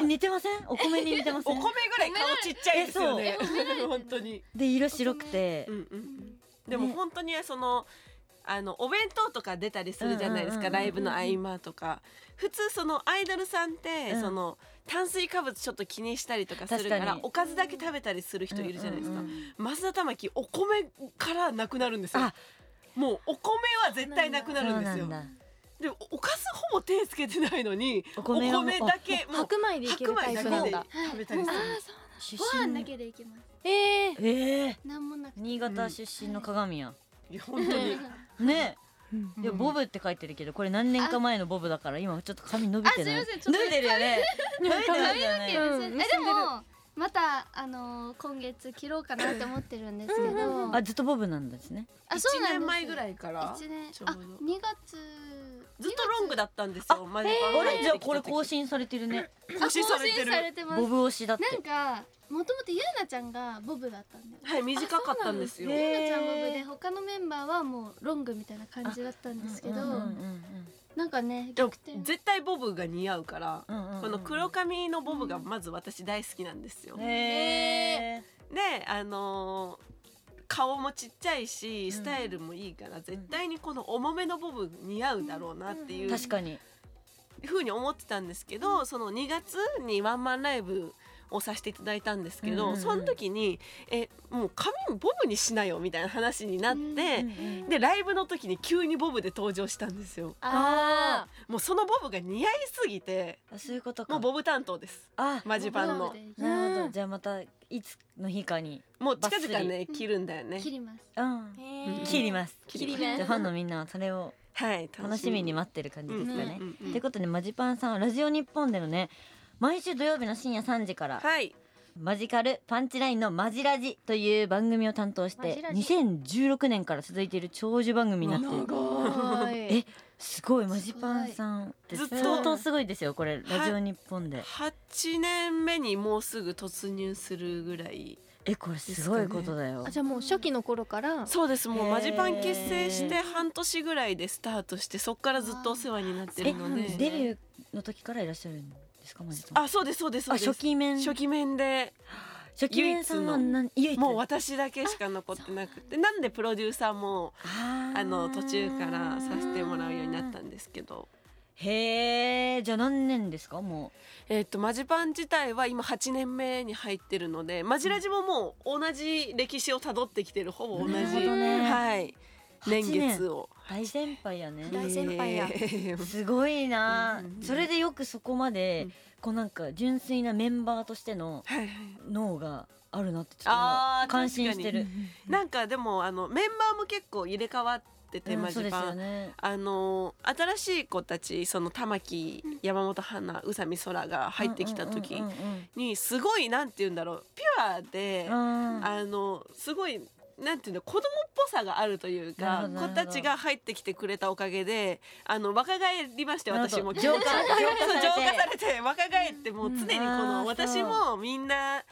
Speaker 1: え似てません？お米に似てませ
Speaker 4: お
Speaker 1: ん
Speaker 4: 米ぐ。らい顔ちっちゃいですよね
Speaker 3: えそうえ褒められてる
Speaker 4: 本当 に、
Speaker 1: で色白くて
Speaker 4: うん。うんうん、でも本当にそのあのお弁当とか出たりするじゃないで
Speaker 1: うんうん
Speaker 4: すか、
Speaker 1: うんうん
Speaker 4: ライブの合間とか普通そのアイドルさんって、
Speaker 1: うん
Speaker 4: その炭水化物ちょっと気にしたりとかするから
Speaker 1: 確かに
Speaker 4: おかずだけ食べたりする人いるじゃないですか、
Speaker 1: うんうんうん
Speaker 4: 増田玉木お米からなくなるんですよ
Speaker 1: あ
Speaker 4: もうお米は絶対なくなるんです
Speaker 1: そ
Speaker 4: よ
Speaker 1: うなんだ
Speaker 4: でもおかずほぼ手つけてないのに
Speaker 1: お
Speaker 4: お
Speaker 1: 米
Speaker 4: 米
Speaker 1: は
Speaker 4: だけもう
Speaker 2: 白米でいける
Speaker 4: 白
Speaker 2: タ
Speaker 4: 米
Speaker 2: イ
Speaker 4: だ
Speaker 2: プなん
Speaker 4: けで
Speaker 2: だ
Speaker 4: 食べたりする
Speaker 3: あーそう
Speaker 1: 出
Speaker 3: ご飯だ
Speaker 1: 身。
Speaker 3: けでいけます
Speaker 2: えー、
Speaker 1: ええ。
Speaker 3: なんもなくて
Speaker 1: 新潟出身の鏡や。
Speaker 4: いや本当に
Speaker 1: ね。
Speaker 2: うん
Speaker 1: いやボブって書いてるけどこれ何年か前のボブだから今ちょっと髪伸びてない
Speaker 3: あすいませんちょっと
Speaker 1: 伸びてるよね伸びてるよね
Speaker 2: うん
Speaker 3: えでもまたあのー今月切ろうかなって思ってるんですけど
Speaker 1: あずっとボブなんですね
Speaker 3: あ
Speaker 4: 1年前ぐ
Speaker 3: い
Speaker 4: らいから
Speaker 3: 一年
Speaker 4: ちょう
Speaker 3: あ
Speaker 4: ど
Speaker 3: 二月
Speaker 4: ずっとロングだったんですよマジ
Speaker 1: あ
Speaker 4: パン
Speaker 1: れじゃあこれ更新されてるね
Speaker 4: 更新されて
Speaker 3: 更
Speaker 4: る
Speaker 3: 新されてます
Speaker 1: ボブ推しだって
Speaker 3: なんかもともとゆうなちゃんがボブだったんだよ
Speaker 4: はい短かったんですよ
Speaker 1: あそうなんですね
Speaker 3: ゆうなちゃんボブで他のメンバーはもうロングみたいな感じだったんですけど
Speaker 1: うんうんうん
Speaker 3: なんかね
Speaker 4: でも
Speaker 3: 逆転
Speaker 4: 絶対ボブが似合うから
Speaker 1: うんうんうん
Speaker 4: この黒髪のボブがまず私大好きなんですよ
Speaker 1: へえ
Speaker 4: であのー顔もちっちゃいし
Speaker 1: ん
Speaker 4: スタイルもいいから絶対にこの重めのボブ似合うだろうなっていう
Speaker 1: 確かに
Speaker 4: ふうに思ってたんですけど、その2月にワンマンライブをさせていただいたんですけど、
Speaker 1: うんうんうん
Speaker 4: その時に「えもう髪ボブにしなよ」みたいな話になって、
Speaker 1: うんうん
Speaker 4: でライブの時に急にボブで登場したんですよ。
Speaker 1: あ
Speaker 4: もうそのボブが似合いすぎて
Speaker 1: あそういうこと
Speaker 4: も
Speaker 1: か
Speaker 4: うボブ担当です
Speaker 1: あ
Speaker 4: マジパン
Speaker 3: ボ
Speaker 4: の
Speaker 3: ブで
Speaker 1: なるほ
Speaker 2: う
Speaker 1: ど
Speaker 2: ん
Speaker 1: じゃあまたいつの日かに
Speaker 4: もう近
Speaker 1: バッ
Speaker 4: 々
Speaker 1: ス
Speaker 4: ね切るんだよね
Speaker 3: 切ります
Speaker 1: うん
Speaker 4: うん
Speaker 1: 切ります
Speaker 4: 切
Speaker 2: ります
Speaker 1: じゃあファンのみんなはそれを
Speaker 4: はい
Speaker 1: 楽しみに待ってる感じですかね
Speaker 4: うんうんうん
Speaker 1: ってことでマジパンさんはラジオ日本でのね毎週土曜日の深夜3時から
Speaker 4: はい
Speaker 1: マジカルパンチラインの「マジラジ」という番組を担当し
Speaker 2: マ
Speaker 1: て
Speaker 2: ジラジ
Speaker 1: 2016年から続いている長寿番組になっている
Speaker 2: 長い
Speaker 1: えすごいマジパンさんって
Speaker 4: すごいずっと
Speaker 1: 相当すごいですよこれラジオ日本で、
Speaker 4: 8年目にもうすぐ突入するぐらい
Speaker 1: えこれすごいことだよ、
Speaker 2: あじゃあもう初期の頃から
Speaker 4: そうですもうマジパ
Speaker 1: へ
Speaker 4: ン
Speaker 1: ー
Speaker 4: 結成して半年ぐらいでスタートしてそこからずっとお世話になって
Speaker 1: え
Speaker 4: るので
Speaker 1: デビューの時からいらっしゃるんですかマジパン
Speaker 4: あそうですそうですそう
Speaker 1: あ
Speaker 4: です
Speaker 1: 初期面
Speaker 4: 初期面で
Speaker 1: 初期面さんは何唯一
Speaker 4: もう私だけしか残ってなくてなんでプロデューサーも
Speaker 1: あー
Speaker 4: あの途中からさせてもらうようになったんですけど
Speaker 1: へえじゃあ何年ですかも
Speaker 4: えっとマジパン自体は今8年目に入ってるのでマジラジももう同じ歴史をたどってきてるほぼ同じ、
Speaker 1: なるほどね
Speaker 4: はい年月を
Speaker 1: う大先輩やね
Speaker 2: 大先輩や
Speaker 4: えー
Speaker 1: すごいなあ
Speaker 4: うん
Speaker 1: それでよくそこまで、
Speaker 4: うん
Speaker 1: こうなんか純粋なメンバーとしての
Speaker 4: はいはい
Speaker 1: 脳があるなってちょっと今
Speaker 4: あー
Speaker 1: 感心してる
Speaker 4: 確、なんかでもあのメンバーも結構入れ替わってて、
Speaker 1: うん
Speaker 4: マ
Speaker 1: そう
Speaker 4: ジ
Speaker 1: です
Speaker 4: パ
Speaker 1: よ
Speaker 4: ン。
Speaker 1: ね
Speaker 4: あの新しい子たちその玉木、山本花宇佐美空が入ってきた時
Speaker 1: うんうんうん
Speaker 4: にすごいなんて言うんだろうピュアで、
Speaker 1: うんあー
Speaker 4: あのすごいなんていうの子供っぽさがあるという
Speaker 1: なる
Speaker 4: か
Speaker 1: ほど
Speaker 4: 子たちが入ってきてくれたおかげであの若返りまして
Speaker 1: なるほ
Speaker 4: 私
Speaker 1: ど
Speaker 4: も
Speaker 1: 浄化浄
Speaker 4: 浄化
Speaker 1: 化されて
Speaker 4: 浄化されて若返ってもう常にこ
Speaker 1: う
Speaker 4: の
Speaker 1: ん
Speaker 4: 私もみんな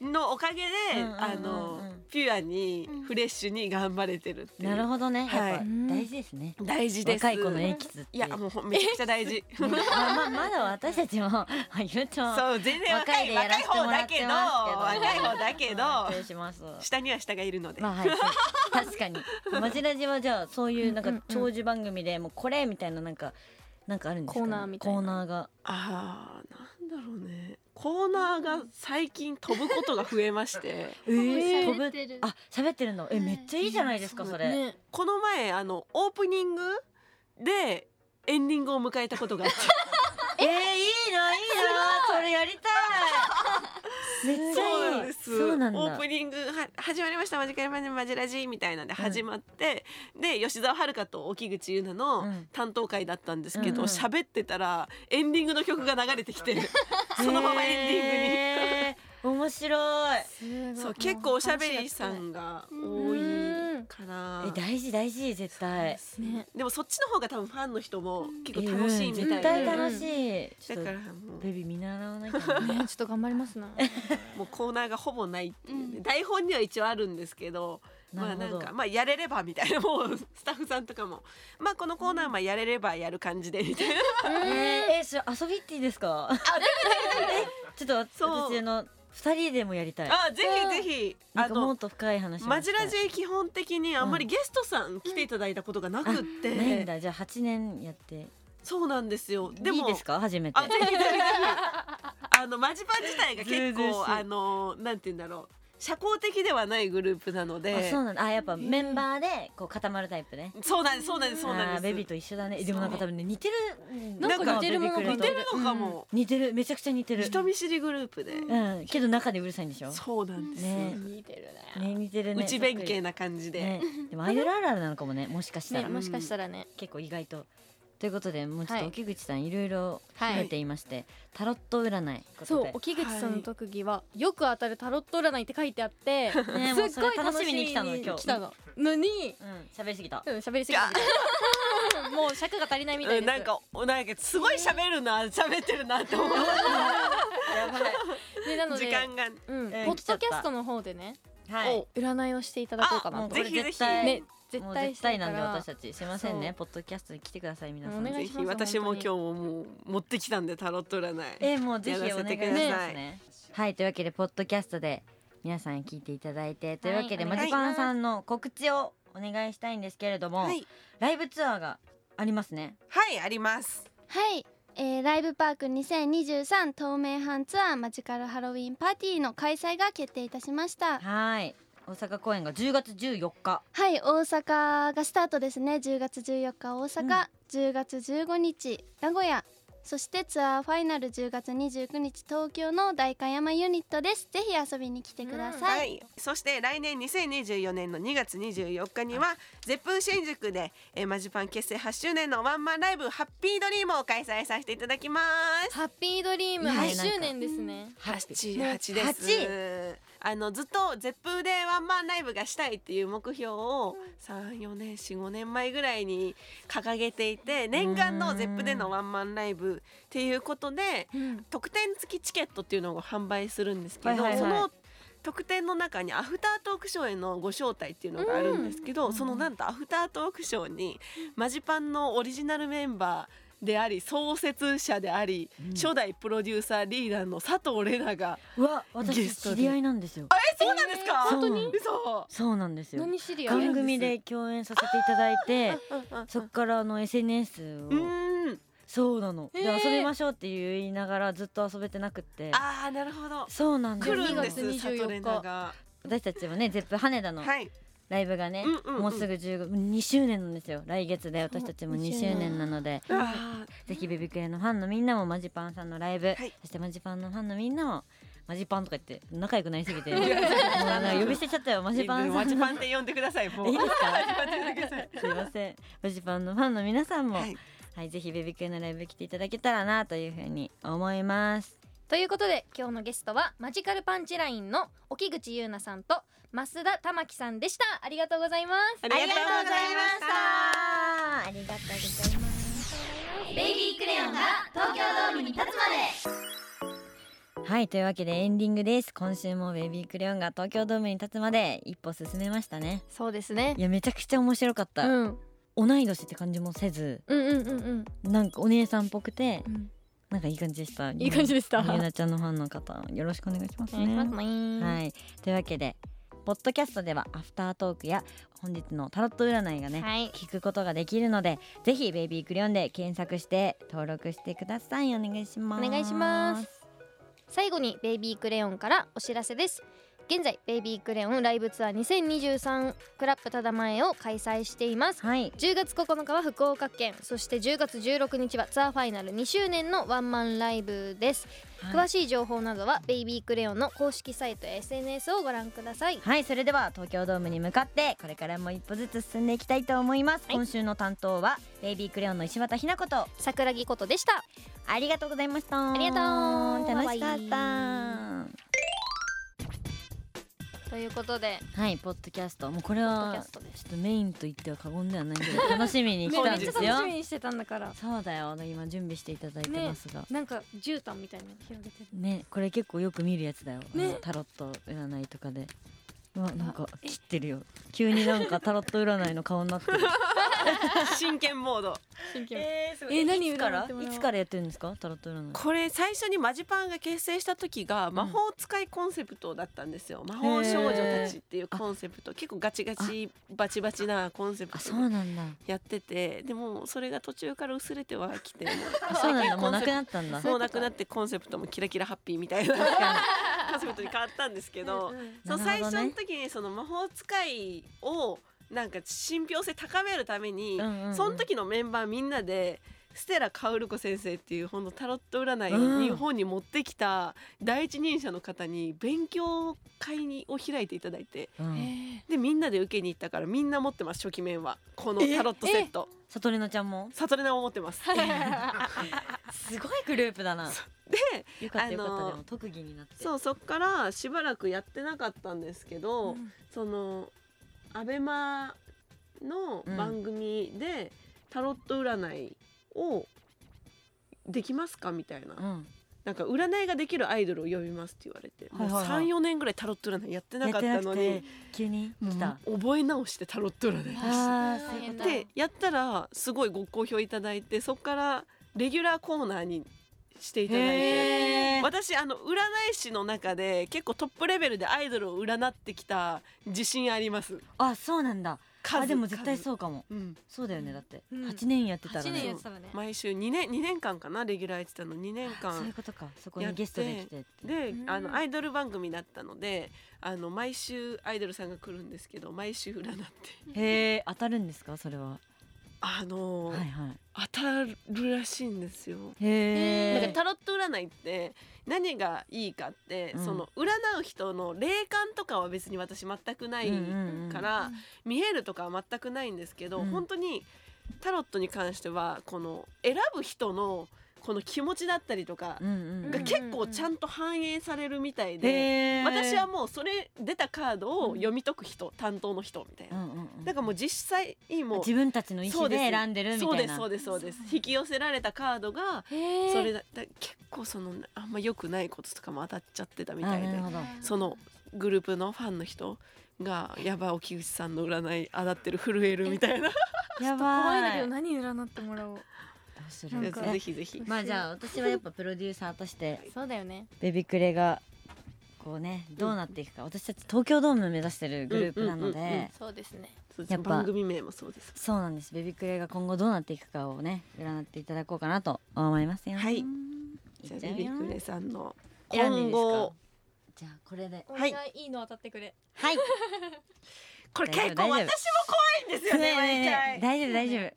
Speaker 4: のおかげ
Speaker 1: うん
Speaker 4: で
Speaker 1: うんうんうん
Speaker 4: あのピュアにフレッシュに頑張れてるってい
Speaker 1: なる
Speaker 4: う
Speaker 1: ほどねやっ
Speaker 4: はい
Speaker 1: ぱ大事ですね、
Speaker 4: 大事です
Speaker 1: 若い子のエキスって
Speaker 4: いやもうほんめちゃくちゃ 大事
Speaker 1: ねまあまあまだ私たちも まあ言うと
Speaker 4: そう全然若
Speaker 1: 若い
Speaker 4: い
Speaker 1: でやら
Speaker 4: 若い
Speaker 1: せても
Speaker 4: 方
Speaker 1: ら
Speaker 4: だ
Speaker 1: って
Speaker 4: けど
Speaker 1: ます
Speaker 4: 若
Speaker 1: け
Speaker 4: い
Speaker 1: ど
Speaker 4: 方だ
Speaker 1: 失礼
Speaker 4: けど
Speaker 1: します
Speaker 4: 下 には下がいるので
Speaker 1: まあはい、確かにマジラジはじゃあそういうなんか
Speaker 2: うんうんうん
Speaker 1: 長寿番組でもうこれみたいななんかなんかあるんですか、ね、
Speaker 2: コーナーみたいな
Speaker 1: コーナーが
Speaker 4: あーなんだろうねコーナーが最近飛ぶことが増えまして
Speaker 1: えー
Speaker 3: 喋ってる
Speaker 1: 飛ぶあ喋ってるのえ
Speaker 3: はい
Speaker 1: めっちゃいいじゃないですかそれ、
Speaker 2: ね
Speaker 4: この前あのオープニングでエンディングを迎えたことがあって
Speaker 1: えー、いいないいなそれやりたいめっちゃいい
Speaker 4: そうなんです
Speaker 1: そうそうなんだ
Speaker 4: オープニングは始まりましたマジカルマジマジラジみたいなんで始まって、で吉澤遥と沖口優奈
Speaker 1: う
Speaker 4: の
Speaker 1: ん
Speaker 4: 担当会だったんですけ
Speaker 1: うんう
Speaker 4: ど
Speaker 1: ん
Speaker 4: 喋、ってたらエンディングの曲が流れてき てそのままエンディングに。
Speaker 1: ングに面白い
Speaker 3: すごい
Speaker 4: そう
Speaker 3: も
Speaker 4: 結構おしゃべりさんが多いか
Speaker 1: え
Speaker 4: な。
Speaker 1: 大事大事絶対
Speaker 2: ね
Speaker 4: でもそっちの方が多分ファンの人も結構楽しいみたい
Speaker 1: うん
Speaker 4: な。
Speaker 1: 絶対楽しいちょ
Speaker 4: だ
Speaker 1: っ
Speaker 4: か
Speaker 1: と
Speaker 4: らも
Speaker 1: ベビー見習わなきゃ
Speaker 2: ね
Speaker 1: ね
Speaker 2: ちょっと頑張り ますな
Speaker 4: うもうコーナーがほぼないっていうね、
Speaker 3: うん
Speaker 4: 台本には一応あるんですけどまあ
Speaker 1: な
Speaker 4: な
Speaker 1: るほ
Speaker 4: ん
Speaker 1: ど
Speaker 4: かまあやれればみたいなもうスタッフさんとかもまあこのコーナーはまあやれればやる感じでみたいな
Speaker 1: え ーえそれ遊びっていいですかえちょっと
Speaker 4: そう
Speaker 1: 私あの二人でもやりたい
Speaker 4: あぜひぜひ
Speaker 1: なん
Speaker 4: あ
Speaker 1: かもっ
Speaker 4: の
Speaker 1: と深い話も
Speaker 4: マジ
Speaker 1: したい
Speaker 4: ラジ基本的にあんまりゲストさん来ていただいたことがなくって、
Speaker 1: ないんだじゃあ八年やって
Speaker 4: そうなんですよで
Speaker 1: いい
Speaker 4: も
Speaker 1: ですか初めて
Speaker 4: あぜひぜひぜひあのマジパン自体が結
Speaker 1: ずうずう
Speaker 4: 構
Speaker 1: しい
Speaker 4: あのなんて言うんだろう社交的ではないグループなの
Speaker 1: あ
Speaker 4: で
Speaker 1: そうなんだあやっぱメンバーでこう固まるタイプね
Speaker 4: そうなんですそうなんですそう
Speaker 1: あ
Speaker 4: なんで
Speaker 1: ー
Speaker 4: す
Speaker 1: ベビーと一緒だねえでもなんか多分ね似てる
Speaker 4: なんか似てるもの
Speaker 1: ベビ
Speaker 4: 似
Speaker 1: ー
Speaker 4: て
Speaker 1: クレと
Speaker 4: るのかも、
Speaker 1: 似てるめちゃくちゃ似てる
Speaker 4: 人見知りグループで、
Speaker 1: うんけど中でうるさいんでしょ
Speaker 4: そうなんです、
Speaker 1: ね
Speaker 3: 似てるね
Speaker 1: ね似てるね
Speaker 4: 内弁慶
Speaker 1: な
Speaker 4: な感じで、
Speaker 1: ねでもアイドルあるあるなのかもねもしかした
Speaker 2: ね
Speaker 1: ら
Speaker 4: うん
Speaker 2: もしかしたらね
Speaker 1: 結構意外とということでもうちょっ
Speaker 2: は
Speaker 1: と
Speaker 2: い
Speaker 1: 沖口さんいろいろ
Speaker 2: は
Speaker 1: 書
Speaker 2: い
Speaker 1: いていましてタロット占い
Speaker 2: そう
Speaker 1: こと
Speaker 2: 沖口さんの特技はよく当たるタロット占いって書いてあって すっ
Speaker 1: でねもうそれ
Speaker 2: ごい楽
Speaker 1: 楽
Speaker 2: し
Speaker 1: し
Speaker 2: み
Speaker 1: み
Speaker 2: に
Speaker 1: に
Speaker 2: 来
Speaker 1: 来
Speaker 2: た
Speaker 1: た
Speaker 2: の
Speaker 1: の
Speaker 2: 今
Speaker 1: 今日
Speaker 2: 日のに
Speaker 1: うん喋りすぎ た
Speaker 2: うん喋りすぎたみたいなもう尺が足りないみたい
Speaker 4: うん
Speaker 2: です
Speaker 4: なんかおなんかすごい喋るな喋ってるなって思う
Speaker 1: やば
Speaker 2: ねなので
Speaker 4: 時間が、
Speaker 2: うん、
Speaker 1: えー
Speaker 2: ポッドキャストの方でね、
Speaker 1: いはい
Speaker 4: お
Speaker 2: 占いをしていただこうか
Speaker 1: も
Speaker 2: な
Speaker 1: う
Speaker 2: と
Speaker 1: こ。れ絶対
Speaker 2: ね、
Speaker 1: も
Speaker 2: 絶
Speaker 1: う
Speaker 2: 対
Speaker 1: 絶
Speaker 2: した
Speaker 1: 対
Speaker 2: いか
Speaker 1: なんで
Speaker 2: ら
Speaker 1: 私。たちすいません
Speaker 2: そう
Speaker 1: ねポッドキャストに来てください皆さ
Speaker 2: お
Speaker 1: ん
Speaker 2: 願い
Speaker 4: ぜ
Speaker 2: します
Speaker 4: ひ私
Speaker 2: 本
Speaker 4: も今日
Speaker 2: 当
Speaker 4: ももう持ってきたんでタロット占い、
Speaker 1: えーもうぜひお願いします
Speaker 4: やらせてください
Speaker 1: ねはいというわけでポッドキャストで皆さん聞いていただいてというわけで、
Speaker 2: はい
Speaker 1: マジ
Speaker 2: お
Speaker 1: パ
Speaker 2: 願いしま
Speaker 1: ン
Speaker 2: す
Speaker 1: さんの告知をお願いしたいんですけれども、
Speaker 4: はい
Speaker 1: ライブツアーがありますね
Speaker 4: はいあります
Speaker 3: はい、えー、ライブパーク2023透明版ツアーマジカルハロウィンパーティーの開催が決定いたしました
Speaker 1: はい大阪公演が10月14日
Speaker 3: はい大阪がスタートですね10月14日大阪、
Speaker 1: うん
Speaker 3: 10月15日名古屋そしてツアーファイナル10月29日東京の代官山ユニットですぜひ遊びに来てくだ
Speaker 4: は
Speaker 3: さい、
Speaker 4: い、そして来年2024年の2月24日にはゼップン新宿で、えーマジパン結成8周年のワンマンライブハッピードリームを開催させていただきます。
Speaker 2: ハッピードリーム
Speaker 1: はい
Speaker 2: 8周年ですね。
Speaker 4: 八八です。あのずっとゼップンでワンマンライブがしたいっていう目標を三四年四五年前ぐらいに掲げていて念願のゼップンでのワンマンライブっていうことで
Speaker 2: うん
Speaker 4: 特典付きチケットっていうのを販売するんですけど、
Speaker 1: はいはいはい
Speaker 4: その特典の中にアフタートークショーへのご招待っていうのがあるんですけど、そのなんとアフタートークショーにマジパンのオリジナルメンバーであり創設者であり、初代プロデューサーリーダーの佐藤玲奈が
Speaker 1: うわ
Speaker 4: ゲ
Speaker 1: 私
Speaker 4: ストで
Speaker 1: 知り合いなんですよ
Speaker 4: えそうなんですか、
Speaker 1: えー本当に
Speaker 4: 嘘
Speaker 1: そうなんですよ
Speaker 2: 何知り合い
Speaker 1: 番組で共演させていただいてそっからあの SNS を
Speaker 4: うん
Speaker 1: そうなの、
Speaker 2: えー
Speaker 1: で遊びましょうって言いながらずっと遊べてなくって
Speaker 4: ああなるほど
Speaker 1: そうなんです
Speaker 4: 来
Speaker 1: よ
Speaker 4: るんです
Speaker 2: 2
Speaker 4: 佐
Speaker 2: 月24
Speaker 4: 藤玲奈が
Speaker 1: 私たちもねゼップ羽田の
Speaker 4: はい
Speaker 1: ライブがね、
Speaker 4: うんうんうん
Speaker 1: もうすぐ15 2周年なんですよ来月で私たちも2周年なので
Speaker 4: あ
Speaker 1: ぜひベビクレのファンのみんなもマジパンさんのライブ、
Speaker 4: はい
Speaker 1: そしてマジパンのファンのみんなもマジパンとか言って仲良くなりすぎてもうなんか呼び捨てしちゃったよマ
Speaker 4: ー
Speaker 1: ジパンさ
Speaker 4: マ
Speaker 1: ん
Speaker 4: ジ
Speaker 1: の
Speaker 4: パンって呼んでくださいもう
Speaker 1: いい ですか
Speaker 4: マジパンって呼んでください
Speaker 1: すいませんマジパンのファンの皆さんも、
Speaker 4: は
Speaker 1: はいいぜひベビクレのライブ来ていただけたらなというふうに思います
Speaker 2: ということで今日のゲストはマジカルパンチラインの沖口優奈さんと増田玉樹さんでした。ありがとうございます。
Speaker 4: ありがとうございました。
Speaker 1: ありがとうございます
Speaker 3: ベイビークレヨンが東京ドームに立つまで
Speaker 1: はいというわけでエンディングです今週もベビークレヨンが東京ドームに立つまで一歩進めましたね
Speaker 2: そうですね
Speaker 1: い。やめちゃくちゃ面白かっ
Speaker 2: う
Speaker 1: た、
Speaker 2: ん、うん
Speaker 1: 同い年って感じもせず
Speaker 2: うんうんうん
Speaker 1: なんかお姉さんっぽくて
Speaker 2: うん。
Speaker 1: なんかいい感じでした
Speaker 2: いい感じでした。
Speaker 1: ゆうなちゃんのファンの方よろしくお願いします
Speaker 2: お願いし
Speaker 1: ね
Speaker 2: ますね
Speaker 1: はいというわけでポッドキャストではアフタートークや本日のタロット占いがね、
Speaker 2: はい
Speaker 1: 聞くことができるのでぜひベイビークレヨンで検索して登録してくださいお願いします
Speaker 2: お願いします最後にベイビークレヨンからお知らせです現在ベイビークレヨンライブツアー2023クラップただ前を開催しています
Speaker 1: はい
Speaker 2: 10月9日は福岡県そして10月16日はツアーファイナル2周年のワンマンライブです、詳
Speaker 1: し
Speaker 2: しい情報などはベイビークレヨンの公式サイトや SNS をご覧ください
Speaker 1: はいそれでは東京ドームに向かってこれからも一歩ずつ進んでいきたいと思います、
Speaker 2: はい
Speaker 1: 今週の担当はベイビークレヨンの石渡ひなこと
Speaker 2: 桜木ことでした
Speaker 1: ありがとうございました
Speaker 2: ありがとう
Speaker 1: 楽しかった
Speaker 2: バということで
Speaker 1: はいポッドキャストもうこれ
Speaker 2: ポッドキャ
Speaker 1: は
Speaker 2: ス
Speaker 1: ち
Speaker 2: トでし
Speaker 1: ょっとメインと言っては過言ではないけど楽しみに
Speaker 2: た
Speaker 1: 来
Speaker 2: もう
Speaker 1: た ん
Speaker 2: めっち
Speaker 1: で
Speaker 2: ゃ
Speaker 1: す
Speaker 2: 楽
Speaker 1: よ
Speaker 2: しみにしてたんだから
Speaker 1: そうだよあの今準備していただいてますが
Speaker 2: なんか絨毯みたいなの広 げてる
Speaker 1: ねこれ結構よく見るやつだよ、あの
Speaker 2: ね
Speaker 1: タロット占いとかでうわなんか切ってるよ急になんかタロット占いの顔にな ってる
Speaker 4: 真剣モード
Speaker 2: 新規
Speaker 4: えーすごい
Speaker 2: え何
Speaker 1: いつから
Speaker 2: 占ってもら
Speaker 1: い
Speaker 2: おう
Speaker 1: つからやってるんですかタロット占い
Speaker 4: これ最初にマジパンが結成した時が魔法使いコンセプトだったんですよ魔法少女たちっていうコンセプト結構ガチガチバチバチなコンセプ
Speaker 1: あ
Speaker 4: ト
Speaker 1: そうなんだ
Speaker 4: やっててでもそれが途中から薄れてはき ても
Speaker 1: あそうなんだ
Speaker 4: 最近
Speaker 1: もう
Speaker 4: コン
Speaker 1: な
Speaker 4: セ
Speaker 1: く
Speaker 4: プト
Speaker 1: なったんだ
Speaker 4: もうなくなってコンセプトもキラキラハッピーみたいな コンセプトに変わったんですけどそ
Speaker 1: な
Speaker 4: う最
Speaker 1: るほどね
Speaker 4: 初の時にその魔法使いをなんか信憑性高めるために、
Speaker 1: うんうんうん
Speaker 4: その時のメンバーみんなでステラカウルコ先生っていうほんとタロット占いを日本に持ってきた第一人者の方に勉強会にを開いていただいて
Speaker 1: うん
Speaker 4: でみんなで受けに行ったからみんな持ってます初期面はこのタロットセット
Speaker 1: さとりのちゃんも
Speaker 4: サトレナを持ってます。
Speaker 1: すごいグループだな
Speaker 4: で
Speaker 1: よかったよかっ
Speaker 4: あ
Speaker 1: た
Speaker 4: の
Speaker 1: でも特技になって
Speaker 4: そうそっからしばらくやってなかったんですけど、そのアベマの番組でタロット占いをできますかみたいな、
Speaker 1: うん
Speaker 4: なんか占いができるアイドルを呼びますって言われて、
Speaker 1: はいはいはい
Speaker 4: もう34年ぐらいタロット占いやってな
Speaker 1: や
Speaker 4: か
Speaker 1: っ
Speaker 4: って
Speaker 1: な
Speaker 4: た
Speaker 1: く
Speaker 4: の
Speaker 1: て
Speaker 4: に
Speaker 1: 急に来た
Speaker 4: もう覚え直してタロット占いです
Speaker 1: あーそういうこと
Speaker 2: 大変
Speaker 4: でやったらすごいご好評いただいてそっからレギュラーコーナーにしていただいて。
Speaker 1: へー
Speaker 4: 私あの占い師の中で結構トップレベルでアイドルを占ってきた自信あります
Speaker 1: あそうなんだあ
Speaker 4: 数
Speaker 1: でも絶対
Speaker 4: う、
Speaker 1: そうかも
Speaker 4: うん、
Speaker 1: そうだよねだって
Speaker 2: うん
Speaker 1: 八年やってたら
Speaker 2: 8
Speaker 1: ね
Speaker 2: 年やってたわね
Speaker 4: 毎週2年二年間かなレギュラーやってたの2年
Speaker 1: そういう
Speaker 4: 間
Speaker 1: ことかそこに
Speaker 4: やって
Speaker 1: ゲストで来て
Speaker 4: で
Speaker 2: うん
Speaker 4: あのアイドル番組だったのであの毎週アイドルさんが来るんですけど毎週占 って
Speaker 1: へえ当たるんですかそれは
Speaker 4: あの、
Speaker 1: はいはい
Speaker 4: 当たるらしいんですよ。
Speaker 1: へ
Speaker 4: な
Speaker 1: え
Speaker 4: んかタロット占いって何がいいかって、
Speaker 1: うん
Speaker 4: その占う人の霊感とかは別に私全くないから、見えるとかは全くないんですけど、
Speaker 1: うん
Speaker 4: 本当にタロットに関してはこの選ぶ人のこの気持ちだったりとか
Speaker 1: うんうん
Speaker 4: が
Speaker 2: うん
Speaker 4: 結構ちゃんと反映されるみたいで、
Speaker 1: へえ
Speaker 4: 私はもうそれ出たカードを読み解く人、担当の人みたいな、
Speaker 1: うんうんうん
Speaker 4: なんかもう実際にもう
Speaker 1: 自分たちの意
Speaker 4: そ
Speaker 1: 思
Speaker 4: う
Speaker 1: です選んでるみ
Speaker 4: そう
Speaker 1: た
Speaker 4: で
Speaker 1: い
Speaker 4: す
Speaker 1: な
Speaker 4: そうですそうです引き寄せられたカードが
Speaker 2: へ
Speaker 4: それだだ結構そのあんま良くないこととかも当たっちゃってたみたい
Speaker 1: あ
Speaker 4: で
Speaker 1: なるほど
Speaker 4: そのグループのファンの人がやばい沖口さんの占い当たってる震える みたいな
Speaker 1: やばい
Speaker 2: 怖いんだけど何占ってもらおう
Speaker 1: どうす
Speaker 2: な
Speaker 1: る
Speaker 2: ん
Speaker 1: です
Speaker 2: か
Speaker 4: ぜ
Speaker 1: ね
Speaker 4: ひぜひ
Speaker 1: まあじゃあ私はやっぱプロデューサーとして
Speaker 2: そうだよね
Speaker 1: ベビクレがこうねどうなっていくか私たち東京ドーム目指してるグループなの
Speaker 4: うんうんうんうん
Speaker 1: で
Speaker 2: そうですね
Speaker 4: そうです
Speaker 1: や
Speaker 4: ね
Speaker 1: っぱ
Speaker 4: 番組名もそうです
Speaker 1: そうなんですベビクレが今後どうなっていくかをね占っていただこうかなと思いますよ
Speaker 4: はい
Speaker 1: じ
Speaker 4: じ
Speaker 1: ゃ
Speaker 4: ゃ
Speaker 1: あ
Speaker 4: あ
Speaker 1: ベ
Speaker 4: ビ
Speaker 1: ビ
Speaker 4: ビ
Speaker 1: ク
Speaker 4: ク
Speaker 1: レ
Speaker 4: レさんの
Speaker 1: 選んでいいで
Speaker 4: 今
Speaker 1: すか
Speaker 4: 後
Speaker 1: じゃあこれで
Speaker 4: はい
Speaker 2: お願いいいの当たってくれ
Speaker 1: はい
Speaker 4: これ
Speaker 1: 大丈夫
Speaker 4: 結構私も
Speaker 1: 大
Speaker 4: 怖
Speaker 1: 丈夫
Speaker 4: いんですよね 毎
Speaker 1: ねえねえ
Speaker 4: 回
Speaker 1: 大丈夫大丈夫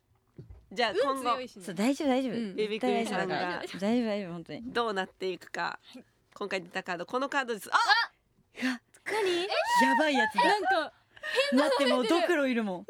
Speaker 4: じゃあ今後
Speaker 2: 強いし
Speaker 1: そう
Speaker 2: ね
Speaker 1: 大丈夫大丈夫、
Speaker 2: うん
Speaker 4: ベビクレさんが
Speaker 1: 絶対大丈夫大丈夫大丈夫本当に
Speaker 4: どうなっていくか今回出たカードこのカードですあ
Speaker 1: やばいやつだ
Speaker 2: なんか
Speaker 1: だってもうドクロいるもん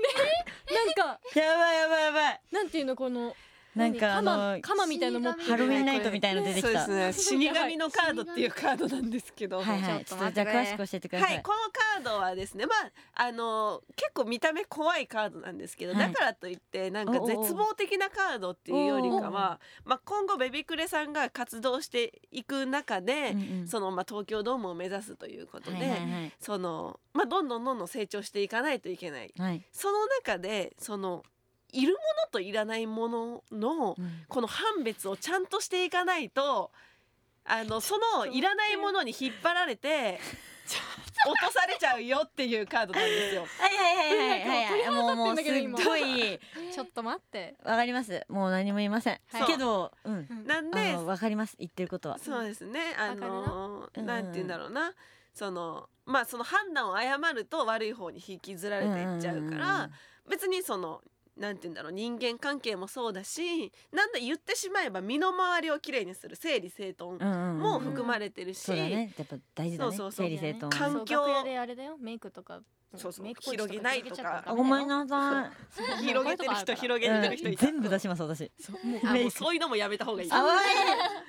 Speaker 2: なんか
Speaker 1: やばいやばいやばい
Speaker 2: なんていうのこの
Speaker 1: なんかあ
Speaker 2: 何
Speaker 1: の
Speaker 2: 鎌鎌みたいなの持ってる
Speaker 1: ハロウィンナイトみたいなの出て
Speaker 4: そう
Speaker 1: き
Speaker 4: で
Speaker 1: た
Speaker 4: す ね死神のカードっていうカードなんですけど
Speaker 1: はいはいち
Speaker 2: ち
Speaker 1: ょ
Speaker 2: ょ
Speaker 1: っと
Speaker 2: っと待
Speaker 1: じゃあ
Speaker 2: ってくれ
Speaker 1: 詳しく教えてくださ、
Speaker 4: はいい、このカードはですねまああの結構見た目怖いカードなんですけど、
Speaker 1: はい
Speaker 4: だからといってなんか
Speaker 1: おうおう
Speaker 4: 絶望的なカードっていうよりかは、まあ、今後ベビクレさんが活動していく中で
Speaker 1: う、んうん
Speaker 4: そのまあ、東京ドームを目指すということで、
Speaker 1: はいはいはい
Speaker 4: そのまあ、どんどんどんどん成長していかないといけない
Speaker 1: はい、
Speaker 4: その中でそのいるものといらないものの
Speaker 1: うん
Speaker 4: この判別をちゃんとしていかないとあのそのいらないものに引っ張られて落とされちゃうよっていうカードなんですよ。
Speaker 1: はいはいはいはいはい
Speaker 2: え
Speaker 1: もう
Speaker 2: なんか
Speaker 1: もう
Speaker 2: 鳥肌立ってんだけど今
Speaker 1: すっごい
Speaker 2: ちょっと待って
Speaker 1: わかりますもう何も言いません、
Speaker 4: はい
Speaker 1: けどうん
Speaker 4: なん
Speaker 1: あ
Speaker 4: で
Speaker 1: のわかります言ってることは
Speaker 4: そうですねあの
Speaker 2: わ
Speaker 4: なんて言うんだろうなそのまあその判断を誤ると悪い方に引きずられていっちゃうから、別にそのなんて言うんだろう人間関係もそうだしなんだ言ってしまえば身の回りをきれいにする整理整頓も含まれてるし、
Speaker 1: そうだねやっぱ大事だね
Speaker 4: そうそうそう
Speaker 1: 整理整頓
Speaker 4: 環
Speaker 2: そ
Speaker 4: 境
Speaker 2: う楽屋であれだよメイクとか
Speaker 4: そうそう
Speaker 2: メイクポーチ
Speaker 4: 広げないとか
Speaker 2: 広げちゃったらダメだ
Speaker 1: あごめ
Speaker 2: よ
Speaker 1: ん なさ
Speaker 2: そう
Speaker 4: 広げてる人広げ
Speaker 1: い、
Speaker 4: てる人
Speaker 1: うん
Speaker 4: いた、
Speaker 1: 全部出します私
Speaker 2: もう
Speaker 4: あ
Speaker 2: あ
Speaker 4: もうそういうのもやめた方がいい
Speaker 1: あわ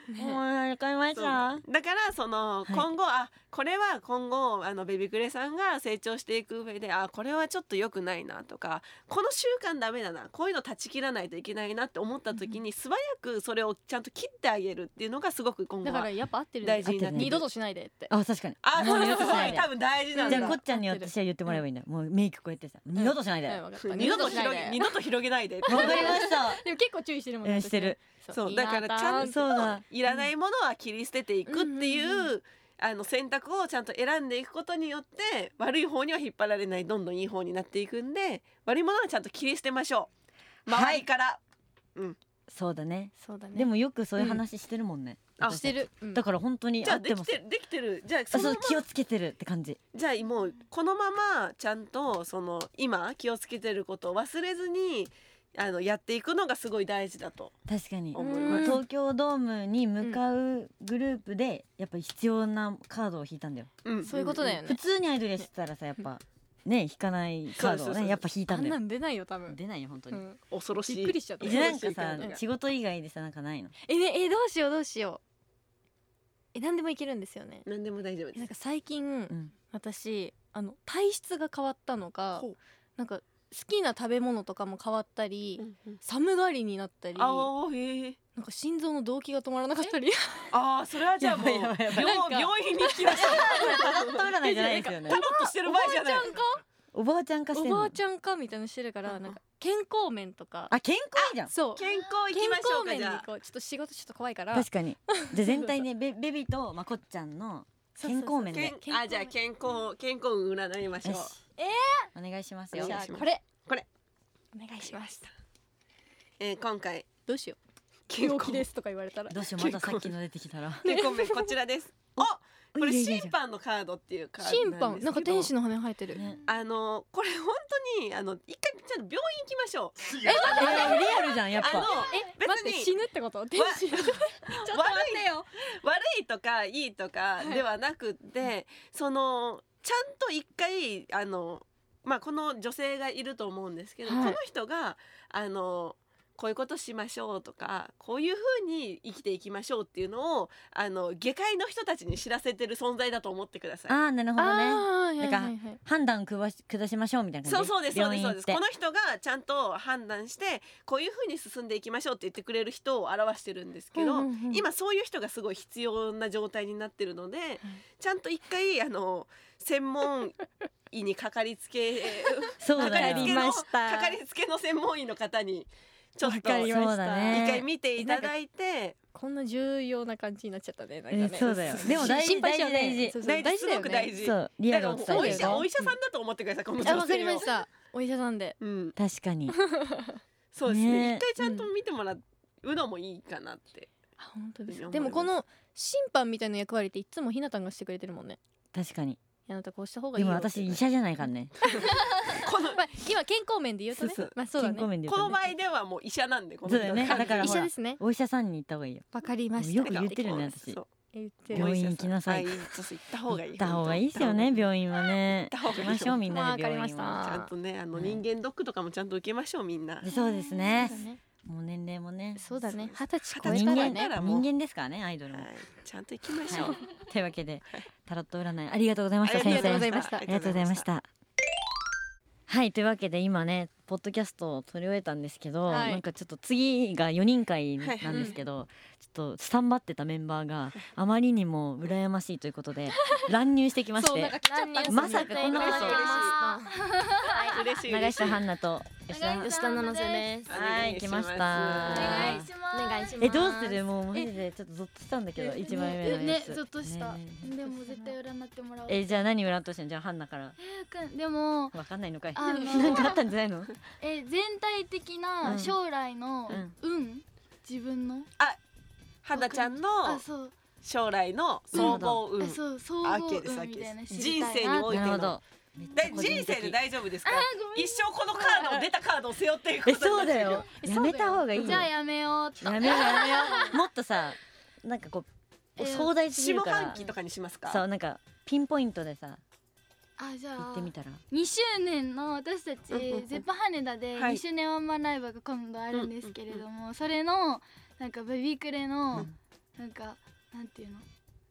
Speaker 2: い
Speaker 1: いもうわかりまし
Speaker 4: そう
Speaker 1: た
Speaker 4: だからそ
Speaker 1: は
Speaker 4: の
Speaker 1: い
Speaker 4: 今後、あこれは今後あのベビーグレさんが成長していく上であこれはちょっと良くないなとかこの習慣ダメだなこういうの断ち切らないといけないなって思った時に素早くそれをちゃんと切ってあげるっていうのがすごく今後
Speaker 2: だか
Speaker 4: は
Speaker 2: らやっぱ合ってるんだよ
Speaker 4: 大事になってくる
Speaker 2: 二度としないでって
Speaker 1: あ確かにも
Speaker 4: あそうう
Speaker 1: 二
Speaker 4: そ
Speaker 1: 度
Speaker 4: う
Speaker 1: と
Speaker 4: そ
Speaker 1: し
Speaker 4: う
Speaker 1: ないで
Speaker 4: 多分大事なん
Speaker 1: じ
Speaker 4: だ
Speaker 1: ゃあこっちゃんに私は言ってもらえばいいんだよもうメイクこうやってさ二度としないで
Speaker 2: はい
Speaker 1: わ
Speaker 2: わかった
Speaker 4: 二度と広げ二度と広げないで
Speaker 1: かりました
Speaker 2: でも結構注意してるもん
Speaker 1: うん
Speaker 2: ね
Speaker 1: してる
Speaker 4: そうだからちゃん
Speaker 1: そうだ
Speaker 4: といらないものは切り捨てていくっていう,、
Speaker 2: うんうん
Speaker 4: あの選択をちゃんと選んでいくことによって悪い方には引っ張られないどんどんいい方になっていくんで悪いものはちゃんと切り捨てましょう
Speaker 1: はい
Speaker 4: 周りから、
Speaker 1: そうだね
Speaker 2: そうだね
Speaker 1: でもよくそういう話してるもんね
Speaker 4: うんあ
Speaker 2: してるうん
Speaker 1: だから本当に
Speaker 4: じゃ
Speaker 1: 合
Speaker 4: あ
Speaker 1: っ
Speaker 4: で
Speaker 1: て
Speaker 4: き
Speaker 1: ます
Speaker 4: てるできてるじゃあ
Speaker 1: あ
Speaker 4: そ
Speaker 1: そ
Speaker 4: の
Speaker 1: う
Speaker 4: まま
Speaker 1: 気をつけてるって感じ
Speaker 4: じゃあもうこのままちゃんとその今気をつけてることを忘れずにあのやっていくのがすごい大事だと
Speaker 1: 確かに
Speaker 4: 思い
Speaker 2: うん
Speaker 4: ます。
Speaker 1: 東京ドームに向かうグループでやっぱ必要なカードを引いたんだよ
Speaker 4: うん
Speaker 2: そういうことだよ
Speaker 1: 普
Speaker 2: ね
Speaker 1: 通にアイドルやってたらさやっぱね引かないカードを
Speaker 4: そうそうそ
Speaker 1: ね
Speaker 4: う
Speaker 1: やっぱ引いた
Speaker 2: あ
Speaker 1: ん
Speaker 2: ん
Speaker 1: だ
Speaker 2: な
Speaker 1: よ
Speaker 2: ん出ないよ多分
Speaker 1: 出ないよ本当
Speaker 2: う
Speaker 1: に
Speaker 2: ん
Speaker 4: 恐ろしい
Speaker 2: びっくりしちゃった
Speaker 1: でなんか
Speaker 4: 恐ろし
Speaker 1: さ
Speaker 4: いけど
Speaker 1: 仕事以外でさなんかないの
Speaker 2: えねえどうしようどうしようえ何でもいけるんですよね
Speaker 4: 何でも大丈夫
Speaker 2: え
Speaker 4: で
Speaker 2: なんか
Speaker 4: す
Speaker 2: 最近
Speaker 1: うん
Speaker 2: 私あの体質が変わったのか
Speaker 4: ほう
Speaker 2: なんか好きな食べ物とかも変わったり
Speaker 4: うんうん
Speaker 2: 寒がりになったり
Speaker 4: あ
Speaker 2: な
Speaker 4: ーへえ
Speaker 2: んか心臓の動悸が止まらなかったり
Speaker 4: ああそれはじゃあもう
Speaker 1: やばいやばいやばい
Speaker 4: 病
Speaker 2: なんか
Speaker 4: 病院に来ました
Speaker 1: タロット占いじゃないですよね
Speaker 4: タロットしてる場合じゃない
Speaker 2: おばあちゃんか
Speaker 1: おばあちゃん化して
Speaker 2: お
Speaker 1: んの
Speaker 2: ばあちゃんかみたいなのしてるか
Speaker 4: うんう
Speaker 2: ら
Speaker 4: ん
Speaker 2: なんか健康面とか
Speaker 1: あ健康いいじゃん
Speaker 2: そう
Speaker 4: 健康行きましょうか
Speaker 2: 健康面
Speaker 4: じ
Speaker 2: に
Speaker 4: ゃあ
Speaker 2: こうちょっと仕事ちょっと怖いから
Speaker 1: 確かにじゃあ全体ねベベビとまこっちゃんの
Speaker 2: そうそうそう
Speaker 1: 健康面
Speaker 4: けん
Speaker 1: で
Speaker 2: 健康
Speaker 4: あじゃあ健康健康運占いましょ
Speaker 1: よ
Speaker 4: う
Speaker 1: し
Speaker 2: え
Speaker 1: お願いします
Speaker 4: 健
Speaker 1: よ
Speaker 4: 康
Speaker 2: じゃ
Speaker 4: 面お願
Speaker 2: あ
Speaker 4: いします
Speaker 2: これ
Speaker 4: これ
Speaker 2: お願いします
Speaker 4: えー今回
Speaker 2: どうしよう
Speaker 4: 健
Speaker 2: 病
Speaker 4: 康
Speaker 2: 気ですとか言われたら
Speaker 1: どうしようまたさっきの出てきたら
Speaker 4: 健康面こちらですおこれ
Speaker 1: いいじゃんいい
Speaker 4: 審
Speaker 1: じゃん
Speaker 4: 判のカードっていうカード
Speaker 2: 審判なんか天使
Speaker 4: の
Speaker 2: の羽生えてる
Speaker 1: ね
Speaker 4: あのこれ本当にあの一回ちゃんと病院行きましょう
Speaker 1: えーリアルじゃんやっ
Speaker 4: あの
Speaker 1: ぱ
Speaker 2: え
Speaker 4: 別
Speaker 2: 待って
Speaker 4: に
Speaker 2: 死ぬってこと天使ち ょっと待ってよ
Speaker 4: 悪いとかいいとかではなくって、そのちゃんと一回あの、まあ、この女性がいると思うんですけど、
Speaker 2: はい
Speaker 4: この人があのこういうことしましょうとかこういうふうに生きていきましょうっていうのをあの下界の人たちに知らせてる存在だと思ってください。
Speaker 1: あーなるほどね
Speaker 2: あーはい
Speaker 1: なんか
Speaker 2: はいはい
Speaker 1: 判断くわし下しましょうみたいな
Speaker 4: そ
Speaker 1: 感
Speaker 4: う
Speaker 1: じ
Speaker 4: そうですそうで
Speaker 1: 病
Speaker 4: すそ
Speaker 1: 院
Speaker 4: う
Speaker 1: 行
Speaker 4: で
Speaker 1: っ
Speaker 4: す
Speaker 1: て
Speaker 4: この人がちゃんと判断してこういうふうに進んでいきましょうって言ってくれる人を表してるんですけ
Speaker 2: う
Speaker 4: ど、
Speaker 2: んうんうん
Speaker 4: 今そういう人がすごい必要な状態になってるので、ちゃんと一回あの専門医にかかりつけ
Speaker 1: そう
Speaker 4: かか
Speaker 1: だよ
Speaker 2: わ
Speaker 4: りつけ
Speaker 2: り
Speaker 4: の
Speaker 2: ました
Speaker 4: かかりつけの専門医の方にちょっと
Speaker 2: わかりま
Speaker 4: 一
Speaker 1: そうだね
Speaker 4: 回見ていただいて、
Speaker 2: こんな重要な感じになっちゃったねなんか
Speaker 1: え
Speaker 2: ね
Speaker 1: ーそうだよでも大事
Speaker 2: 心配しちゃうね
Speaker 1: 大事
Speaker 2: そうそう
Speaker 4: 大
Speaker 2: 大事
Speaker 4: 事
Speaker 2: だよ
Speaker 4: すごく
Speaker 2: ね
Speaker 4: 大事
Speaker 1: そうリア
Speaker 4: だ
Speaker 1: ルを
Speaker 4: から
Speaker 1: 伝
Speaker 4: も
Speaker 1: え
Speaker 4: うお
Speaker 1: る
Speaker 4: 医
Speaker 1: よ
Speaker 4: 者お医者さんだと思ってくださいこの女性
Speaker 2: あ
Speaker 4: を
Speaker 2: わかりましたお医者さんで
Speaker 4: うん
Speaker 1: 確かに
Speaker 4: そうですね
Speaker 1: ね
Speaker 4: 一回ちゃんと見てもらうのもいいかなって
Speaker 2: あ本当です
Speaker 4: いや
Speaker 2: かでもこの審判みたいな役割っていつもひなたんがしてくれてるもんね
Speaker 1: 確かに
Speaker 2: いやあなたこうした方がい
Speaker 1: で
Speaker 2: いよ
Speaker 1: も
Speaker 2: って
Speaker 1: 私医者じゃないからね
Speaker 4: この
Speaker 2: まあ今健康面で言うとね
Speaker 4: そうそう
Speaker 2: まあそう だ
Speaker 1: 健康
Speaker 2: ね
Speaker 1: 面で言う
Speaker 4: ことの
Speaker 1: ね
Speaker 4: 場合ではもう医者なんでこの
Speaker 1: そうだよね
Speaker 4: 人の
Speaker 1: だから
Speaker 2: 医
Speaker 1: ほ
Speaker 2: 者
Speaker 1: ら
Speaker 2: ですね
Speaker 1: お医者さんに行った方がいいよ
Speaker 2: わかりました
Speaker 1: よく言ってるよ
Speaker 4: そう
Speaker 1: ね私
Speaker 4: そう
Speaker 2: 言ってる
Speaker 1: 病院行きなさい
Speaker 4: はいそうそう行った方がいい
Speaker 1: 行った方がいいですよね病院はね
Speaker 4: 行った方
Speaker 1: 行
Speaker 4: がい
Speaker 1: き
Speaker 4: い
Speaker 1: ましょうみんなで
Speaker 2: わかり
Speaker 1: 病
Speaker 2: ま
Speaker 1: 院
Speaker 2: し
Speaker 1: は
Speaker 2: た
Speaker 4: ちゃんとねあの
Speaker 1: はい
Speaker 4: 人間ドックとかもちゃんと受けましょうみんな。
Speaker 1: でそうですねもう年齢もね
Speaker 2: そうだね
Speaker 4: そう
Speaker 2: 二十歳超え
Speaker 1: 人
Speaker 2: た
Speaker 1: 間
Speaker 2: ら
Speaker 4: 超えた
Speaker 2: ね
Speaker 4: らもう
Speaker 1: 人間ですからねアイドルも
Speaker 4: はい、ちゃんと行きましょう。
Speaker 1: はいというわけでタロット占いありがとうございました
Speaker 2: あり
Speaker 1: 先
Speaker 2: がとうござい
Speaker 1: 生
Speaker 2: ました
Speaker 1: ありがとうございまし。たはいというわけで今ねポッドキャストを取り終えたんですけど、
Speaker 2: はい
Speaker 1: なんかちょっと次が4人会なんですけど、ちょっとスタンバってたメンバーがあまりにも羨ましいということで乱入してきまし
Speaker 2: そうなん
Speaker 1: て
Speaker 2: か来ちゃった
Speaker 1: まさかこんなこと
Speaker 2: 嬉し
Speaker 1: 長
Speaker 2: い
Speaker 4: 嬉しい嬉しい。
Speaker 1: 下春菜と吉田
Speaker 3: 嬉しい
Speaker 2: 吉田七瀬です
Speaker 4: お
Speaker 1: は
Speaker 4: 願
Speaker 1: い
Speaker 4: い
Speaker 1: 来
Speaker 4: し
Speaker 1: ま
Speaker 4: ま
Speaker 1: した
Speaker 3: お
Speaker 4: す
Speaker 3: 願いします
Speaker 2: お願いします
Speaker 1: えどうするもうマジでちょっとゾッとしたんだけど
Speaker 3: え
Speaker 1: 一枚目のやつ
Speaker 3: ねゾッとした
Speaker 1: ねえね
Speaker 3: でも絶対占ってもらおう
Speaker 1: ええじゃあ何占ってほしいのじゃあハンナから
Speaker 3: くんでも
Speaker 1: わかんないのかい
Speaker 3: あの
Speaker 1: なんかあったんじゃないの
Speaker 3: え全体的
Speaker 1: う
Speaker 3: なん将来の運、自分の
Speaker 4: はなちゃんの
Speaker 3: あそう
Speaker 4: 将来の総合運、
Speaker 3: あそう総合
Speaker 4: あきです
Speaker 3: 運
Speaker 4: あ
Speaker 3: み
Speaker 4: き
Speaker 3: たいな
Speaker 4: で
Speaker 3: 知
Speaker 4: す
Speaker 3: り
Speaker 4: 人
Speaker 3: たい
Speaker 4: 生に
Speaker 3: な
Speaker 4: おいて
Speaker 1: なるほ
Speaker 4: の
Speaker 1: どめっちゃ
Speaker 4: で
Speaker 1: 個人
Speaker 4: 人
Speaker 1: 的
Speaker 4: 生で大丈夫ですか
Speaker 3: ごめん
Speaker 4: 一生このカードを出たカードを背負っていく
Speaker 1: え
Speaker 4: ことに
Speaker 1: そう
Speaker 4: なっ
Speaker 1: だ
Speaker 4: ちゃ
Speaker 1: よやめた方がいいよ
Speaker 3: じゃあやめようっと
Speaker 1: やめようやめようもっとさなんかこ
Speaker 3: え
Speaker 1: う
Speaker 3: ー
Speaker 1: 壮大すぎ
Speaker 4: 下
Speaker 1: るから
Speaker 4: 半期とかにしますか
Speaker 1: そうなんかピンポイントでさ
Speaker 3: あじゃ
Speaker 1: 行っ
Speaker 3: あ
Speaker 1: てみたら
Speaker 3: 2周年の私たち
Speaker 4: うんうんうん
Speaker 3: ゼッパ羽田で
Speaker 4: はい
Speaker 3: 2周年ワンマンライブが今度あるんですけれどもそれのなんかベビークレ
Speaker 4: う
Speaker 3: の
Speaker 4: ん
Speaker 3: なんかなんていうの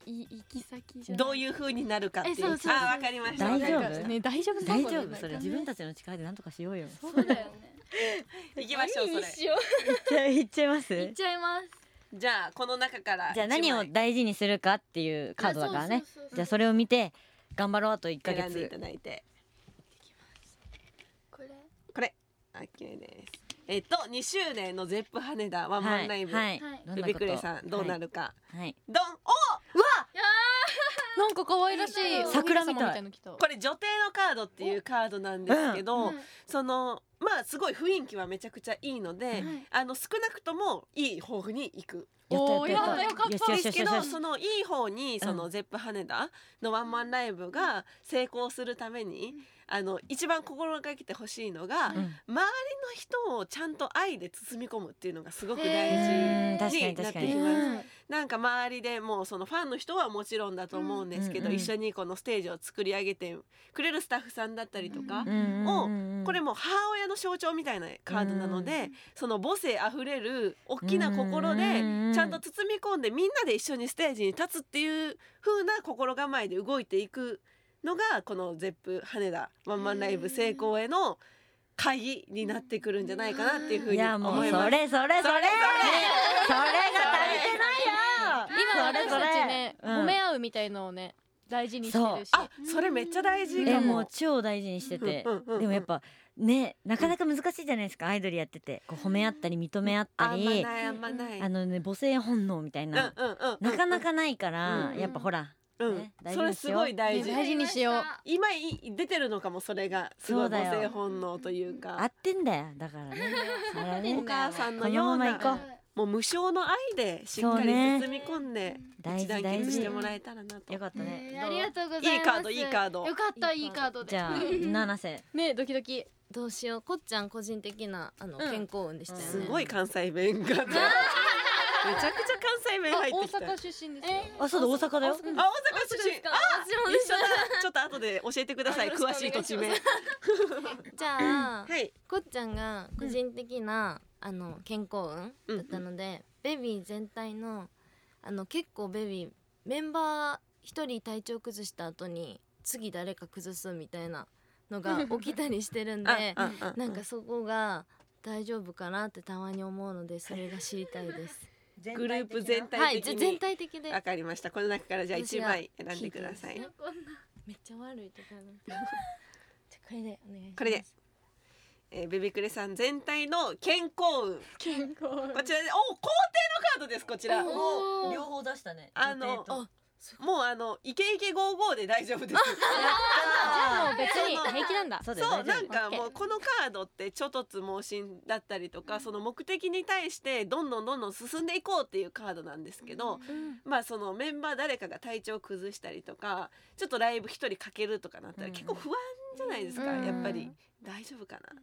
Speaker 3: い行き先じゃな
Speaker 4: どういう風になるかってい
Speaker 3: えそう
Speaker 4: う
Speaker 3: そうそう
Speaker 4: あわかりました
Speaker 1: 大丈夫
Speaker 4: わかりまし
Speaker 2: ね大丈夫
Speaker 1: 大丈
Speaker 2: これ
Speaker 1: 夫それ自分たちの力でなんとかしようよ
Speaker 3: そうだよね
Speaker 4: た行きましょうそれ
Speaker 3: よ
Speaker 1: じゃあ行っちゃいます
Speaker 3: う行っちゃいます
Speaker 4: じゃあこの中から
Speaker 1: じゃあ何を
Speaker 4: 一枚
Speaker 1: 大事にするかっていうカードだからね
Speaker 3: そうそうそう
Speaker 1: じゃあそれを見て頑張ろうあと1ヶ
Speaker 4: 選んでい
Speaker 1: 月
Speaker 4: ただいて
Speaker 3: これ
Speaker 4: これ OK ですえっと2周年のゼップ羽田ワンマンライブ、
Speaker 1: はいはい
Speaker 3: はい
Speaker 1: どん
Speaker 4: ル
Speaker 1: な
Speaker 4: ビ
Speaker 1: こと
Speaker 4: クレさんどうなるか、
Speaker 1: はいはい
Speaker 4: ドン
Speaker 2: なんか可愛らしい
Speaker 1: 桜みたい
Speaker 2: お姫様の来た
Speaker 4: おこれ女帝のカードっていうカードなんですけど、
Speaker 3: はい
Speaker 4: そのまあすごい雰囲気はめちゃくちゃいいので、
Speaker 3: はい
Speaker 4: あの少なくともいい抱負に行く
Speaker 1: やったや
Speaker 2: おーやった
Speaker 1: よ
Speaker 2: よ
Speaker 1: し
Speaker 2: か
Speaker 1: よ
Speaker 4: で
Speaker 1: し
Speaker 4: す
Speaker 1: よし
Speaker 4: け
Speaker 1: よ
Speaker 4: ど
Speaker 1: し
Speaker 4: そのいい方にそのゼップ羽田のワンマンライブが成功するためにあの一番心がけてほしいのが、
Speaker 1: う
Speaker 4: 周り
Speaker 1: ん
Speaker 4: の人をちゃんと愛で包み込むっていうのがすごく大事。
Speaker 1: うん確かに確かに
Speaker 4: いい
Speaker 3: うん
Speaker 4: なんか周りでもうそのファンの人はもちろんだと思うんですけど、
Speaker 1: うんうん
Speaker 4: 一緒にこのステージを作り上げてくれるスタッフさんだったりとか、
Speaker 3: うん
Speaker 4: を
Speaker 1: うん
Speaker 4: これもう母親の象徴みたいなカードなので、
Speaker 3: うん
Speaker 4: その母性あふれる大きな心で
Speaker 1: うん
Speaker 4: ちゃんと包み込んでみんなで一緒にステージに立つっていう風な心構えで動いていくのがこの「ゼップ羽田ワンマンライブ成功への会議になってくるんじゃないかなっていうふう
Speaker 1: い
Speaker 4: に
Speaker 1: やも
Speaker 4: 思
Speaker 1: う
Speaker 4: い
Speaker 1: そ
Speaker 4: ます。
Speaker 1: れそれそれそれが
Speaker 4: そ
Speaker 1: 足
Speaker 4: れ
Speaker 1: りて
Speaker 2: 今
Speaker 1: ないよ
Speaker 2: 私たちね
Speaker 1: それそれ
Speaker 2: 褒め合うみたいのをね大事にしてるし
Speaker 4: あそれめっちゃ大事
Speaker 1: えも
Speaker 4: か
Speaker 1: う
Speaker 4: も。
Speaker 1: 超大事にしてて、
Speaker 4: うんうんうんうん
Speaker 1: でもやっぱねなかなか難しいじゃないですかアイドルやっててこう褒め合ったり認め合った
Speaker 4: あんま
Speaker 1: り、
Speaker 4: ないあんまない。
Speaker 1: あのね母性本能みたいな、
Speaker 4: うんうんうん、
Speaker 1: なかなかないから、
Speaker 4: うん
Speaker 1: やっぱほら
Speaker 4: うん、
Speaker 1: ね大事
Speaker 4: それすごい大事。
Speaker 2: ね大事にしよう
Speaker 4: 今い出てるのかもそれがすご
Speaker 1: そ
Speaker 4: いう
Speaker 1: だよ
Speaker 4: 母性本能というか。
Speaker 1: 合ってんだよだからねそれは
Speaker 4: お
Speaker 1: ね
Speaker 4: 母さんのよう
Speaker 1: このまま行こう
Speaker 4: なもう無償の愛でしっかり包み込ん
Speaker 3: う
Speaker 4: で
Speaker 3: ん
Speaker 1: 大
Speaker 4: 一
Speaker 1: 事
Speaker 4: 団
Speaker 1: 大
Speaker 4: 結
Speaker 1: 事
Speaker 4: して
Speaker 1: よ
Speaker 4: もらえたらなと。
Speaker 1: かったね、
Speaker 3: えーありがとうございます
Speaker 4: いいカードいいカード
Speaker 3: よかったいいカードで
Speaker 1: じゃあ七瀬
Speaker 2: ねドキドキ
Speaker 5: どうしようこっちゃん個人的なあの、
Speaker 2: うん
Speaker 5: 健康運でしたよね
Speaker 4: すごい関西弁が。めちゃくちゃ関西弁
Speaker 2: あ
Speaker 4: 入っ
Speaker 2: 大
Speaker 4: てきた。あ
Speaker 2: 阪出身ですよ
Speaker 1: あそうだ大阪だよ
Speaker 4: 大阪出身。あ
Speaker 5: 私もで
Speaker 4: 一
Speaker 5: す
Speaker 4: 緒だ。ちょっと後で教えてください
Speaker 5: あよろしくお
Speaker 4: 詳
Speaker 5: 願い
Speaker 4: しい
Speaker 5: し
Speaker 4: 土
Speaker 5: ます
Speaker 4: 地名。
Speaker 5: じゃあ、
Speaker 4: はい。
Speaker 5: こっちゃんが個人的な、あの健康運だったので、ベビー全体のあの結構ベビーメンバー一人体調崩した後に次誰か崩すみたいな のが起きたりしてるん
Speaker 4: あ
Speaker 5: で
Speaker 4: ああ
Speaker 5: なんかそこが大丈夫かなってたまに思うのでそれが知りたい です。
Speaker 4: グループ全
Speaker 5: は
Speaker 4: 体
Speaker 5: い、じ
Speaker 4: 的
Speaker 5: ゃ全
Speaker 4: に。
Speaker 5: 体的で
Speaker 4: わかりました。この中からじゃあ一枚
Speaker 5: 私
Speaker 4: 選
Speaker 5: が
Speaker 4: んでください。
Speaker 3: こんな
Speaker 5: めっちゃ悪いと かなんてじゃあこれでお願いします
Speaker 4: これでえーベビクレさん全体の健康運。
Speaker 3: 健康
Speaker 4: こちらでお皇帝のカードですこちら。
Speaker 3: おー
Speaker 1: 両方出したね
Speaker 4: あの
Speaker 1: 予定と
Speaker 5: あ
Speaker 4: もうあのイケイケゴーゴーで大丈夫です。
Speaker 2: もう別に平気なんだ
Speaker 1: そうだよ
Speaker 4: そう
Speaker 1: 大丈夫
Speaker 4: なんかもうこのカードってちょとつ盲信だったりとかその目的に対してどんどんどんどん進んでいこうっていうカードなんですけど、まあそのメンバー誰かが体調崩したりとかちょっとライブ一人欠けるとかなったら
Speaker 1: うん
Speaker 4: 結構不安じゃないですか、
Speaker 2: うん
Speaker 4: やっぱり大丈夫かな。も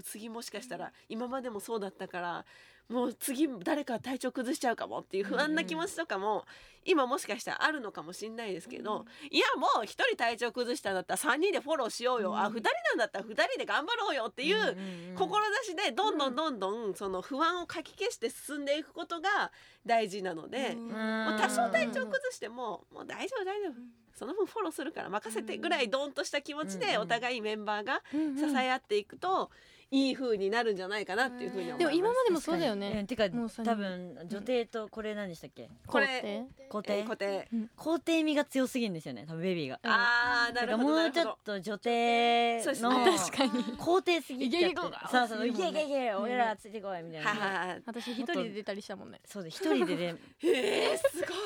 Speaker 4: う次もしかしたら今までもそうだったからもう次誰か体調崩しちゃうかもっていう不安な気持ちとかも今もしかしたらあるのかもしれないですけど、いやもう一人体調崩したんだったら3人でフォローしようよ、あ2人なんだったら2人で頑張ろうよっていうん
Speaker 1: んん
Speaker 4: 志でどんどんどんどんその不安をかき消して進んでいくことが大事なので、
Speaker 5: うん
Speaker 4: もう多少体調
Speaker 5: うん
Speaker 4: 崩してももう大丈夫大丈夫その分フォローするから任せてぐらいドンとした気持ち
Speaker 1: うんう
Speaker 4: で
Speaker 1: ん
Speaker 4: お互いメンバーが支え合っていくといい風になるんじゃないかなっていう風に思い
Speaker 2: で
Speaker 4: ま
Speaker 2: も
Speaker 4: す。
Speaker 2: 今までもそうだよ
Speaker 1: うん
Speaker 2: ね
Speaker 1: てか
Speaker 2: もうそれ
Speaker 1: 多分女帝とこれ何でしたっけ
Speaker 4: これ
Speaker 2: 皇
Speaker 1: 皇帝
Speaker 2: 帝
Speaker 4: えー固定、
Speaker 1: 皇帝味が強すぎるんですよね多分ベビーが
Speaker 4: あー
Speaker 1: だ
Speaker 4: な
Speaker 1: か
Speaker 4: る
Speaker 1: ら
Speaker 4: ほ
Speaker 1: も
Speaker 4: どなる
Speaker 1: うち
Speaker 4: ほ
Speaker 1: ょっ
Speaker 4: ど。
Speaker 1: と女帝
Speaker 4: そうです
Speaker 1: の
Speaker 4: ね
Speaker 2: 確かに
Speaker 1: 皇帝すぎちゃって
Speaker 2: イケイケゴーが
Speaker 1: そうそう
Speaker 2: うん
Speaker 1: イケイケイケ俺らついてこいみたい
Speaker 4: はい
Speaker 1: な
Speaker 4: はいはい。
Speaker 2: 私一人で出たりしたもんね
Speaker 1: そうで一人で で
Speaker 4: えー、すごい。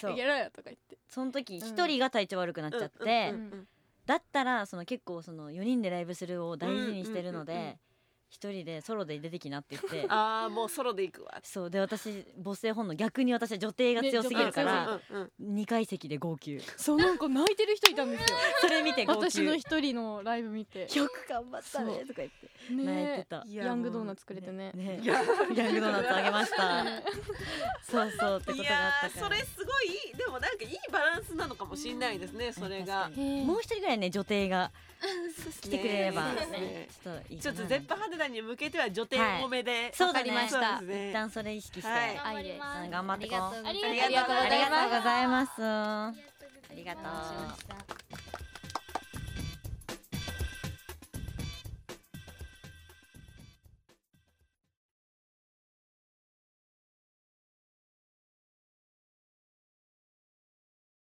Speaker 1: そう
Speaker 2: いけろよとか言って
Speaker 1: その時一人が体調悪くなっちゃって
Speaker 4: うんうんうんうん
Speaker 1: だったらその結構その4人でライブするを大事にしてるの
Speaker 4: うんうんうん
Speaker 1: で一人でソロで出てきなって言って
Speaker 4: ああもうソロで行くわ
Speaker 1: そうで私母性本能逆に私は女帝が強すぎるか
Speaker 4: う
Speaker 1: ら
Speaker 4: んうんうん
Speaker 1: 2階席で号泣
Speaker 6: そうなんか泣いてる人いたんですよ
Speaker 1: それ見て号
Speaker 6: 私の
Speaker 1: 泣
Speaker 6: 一人のライブ見て
Speaker 1: よく頑張ったねとか言って
Speaker 6: ね
Speaker 1: 泣いてた
Speaker 4: いや
Speaker 6: ヤングドーナツくれてね
Speaker 1: ね
Speaker 4: いや
Speaker 1: ヤングドーナツあげましたそうそうってこ
Speaker 4: い
Speaker 1: と
Speaker 4: や
Speaker 1: があった
Speaker 4: ー
Speaker 1: か
Speaker 4: そ
Speaker 1: ら
Speaker 4: れすごいいいでもなんかいいバランスなのかもしれないですね、それが
Speaker 1: 確か
Speaker 6: へ
Speaker 1: に
Speaker 6: ー
Speaker 1: もう一人ぐらいね女帝が来てくれれば
Speaker 4: ね
Speaker 1: ねちょっといい
Speaker 4: ち
Speaker 1: か
Speaker 4: ょ
Speaker 1: な
Speaker 4: っと絶版派手に向けては女帝多めで、
Speaker 1: そうだね
Speaker 4: わかりしたそうです
Speaker 1: 一
Speaker 4: ね
Speaker 1: 旦それ意識して
Speaker 4: はい
Speaker 3: 頑張ります
Speaker 1: うん頑張ってこう
Speaker 5: ありがとうございます
Speaker 1: ありがとうございます
Speaker 3: ありがとうございます
Speaker 1: ありがとう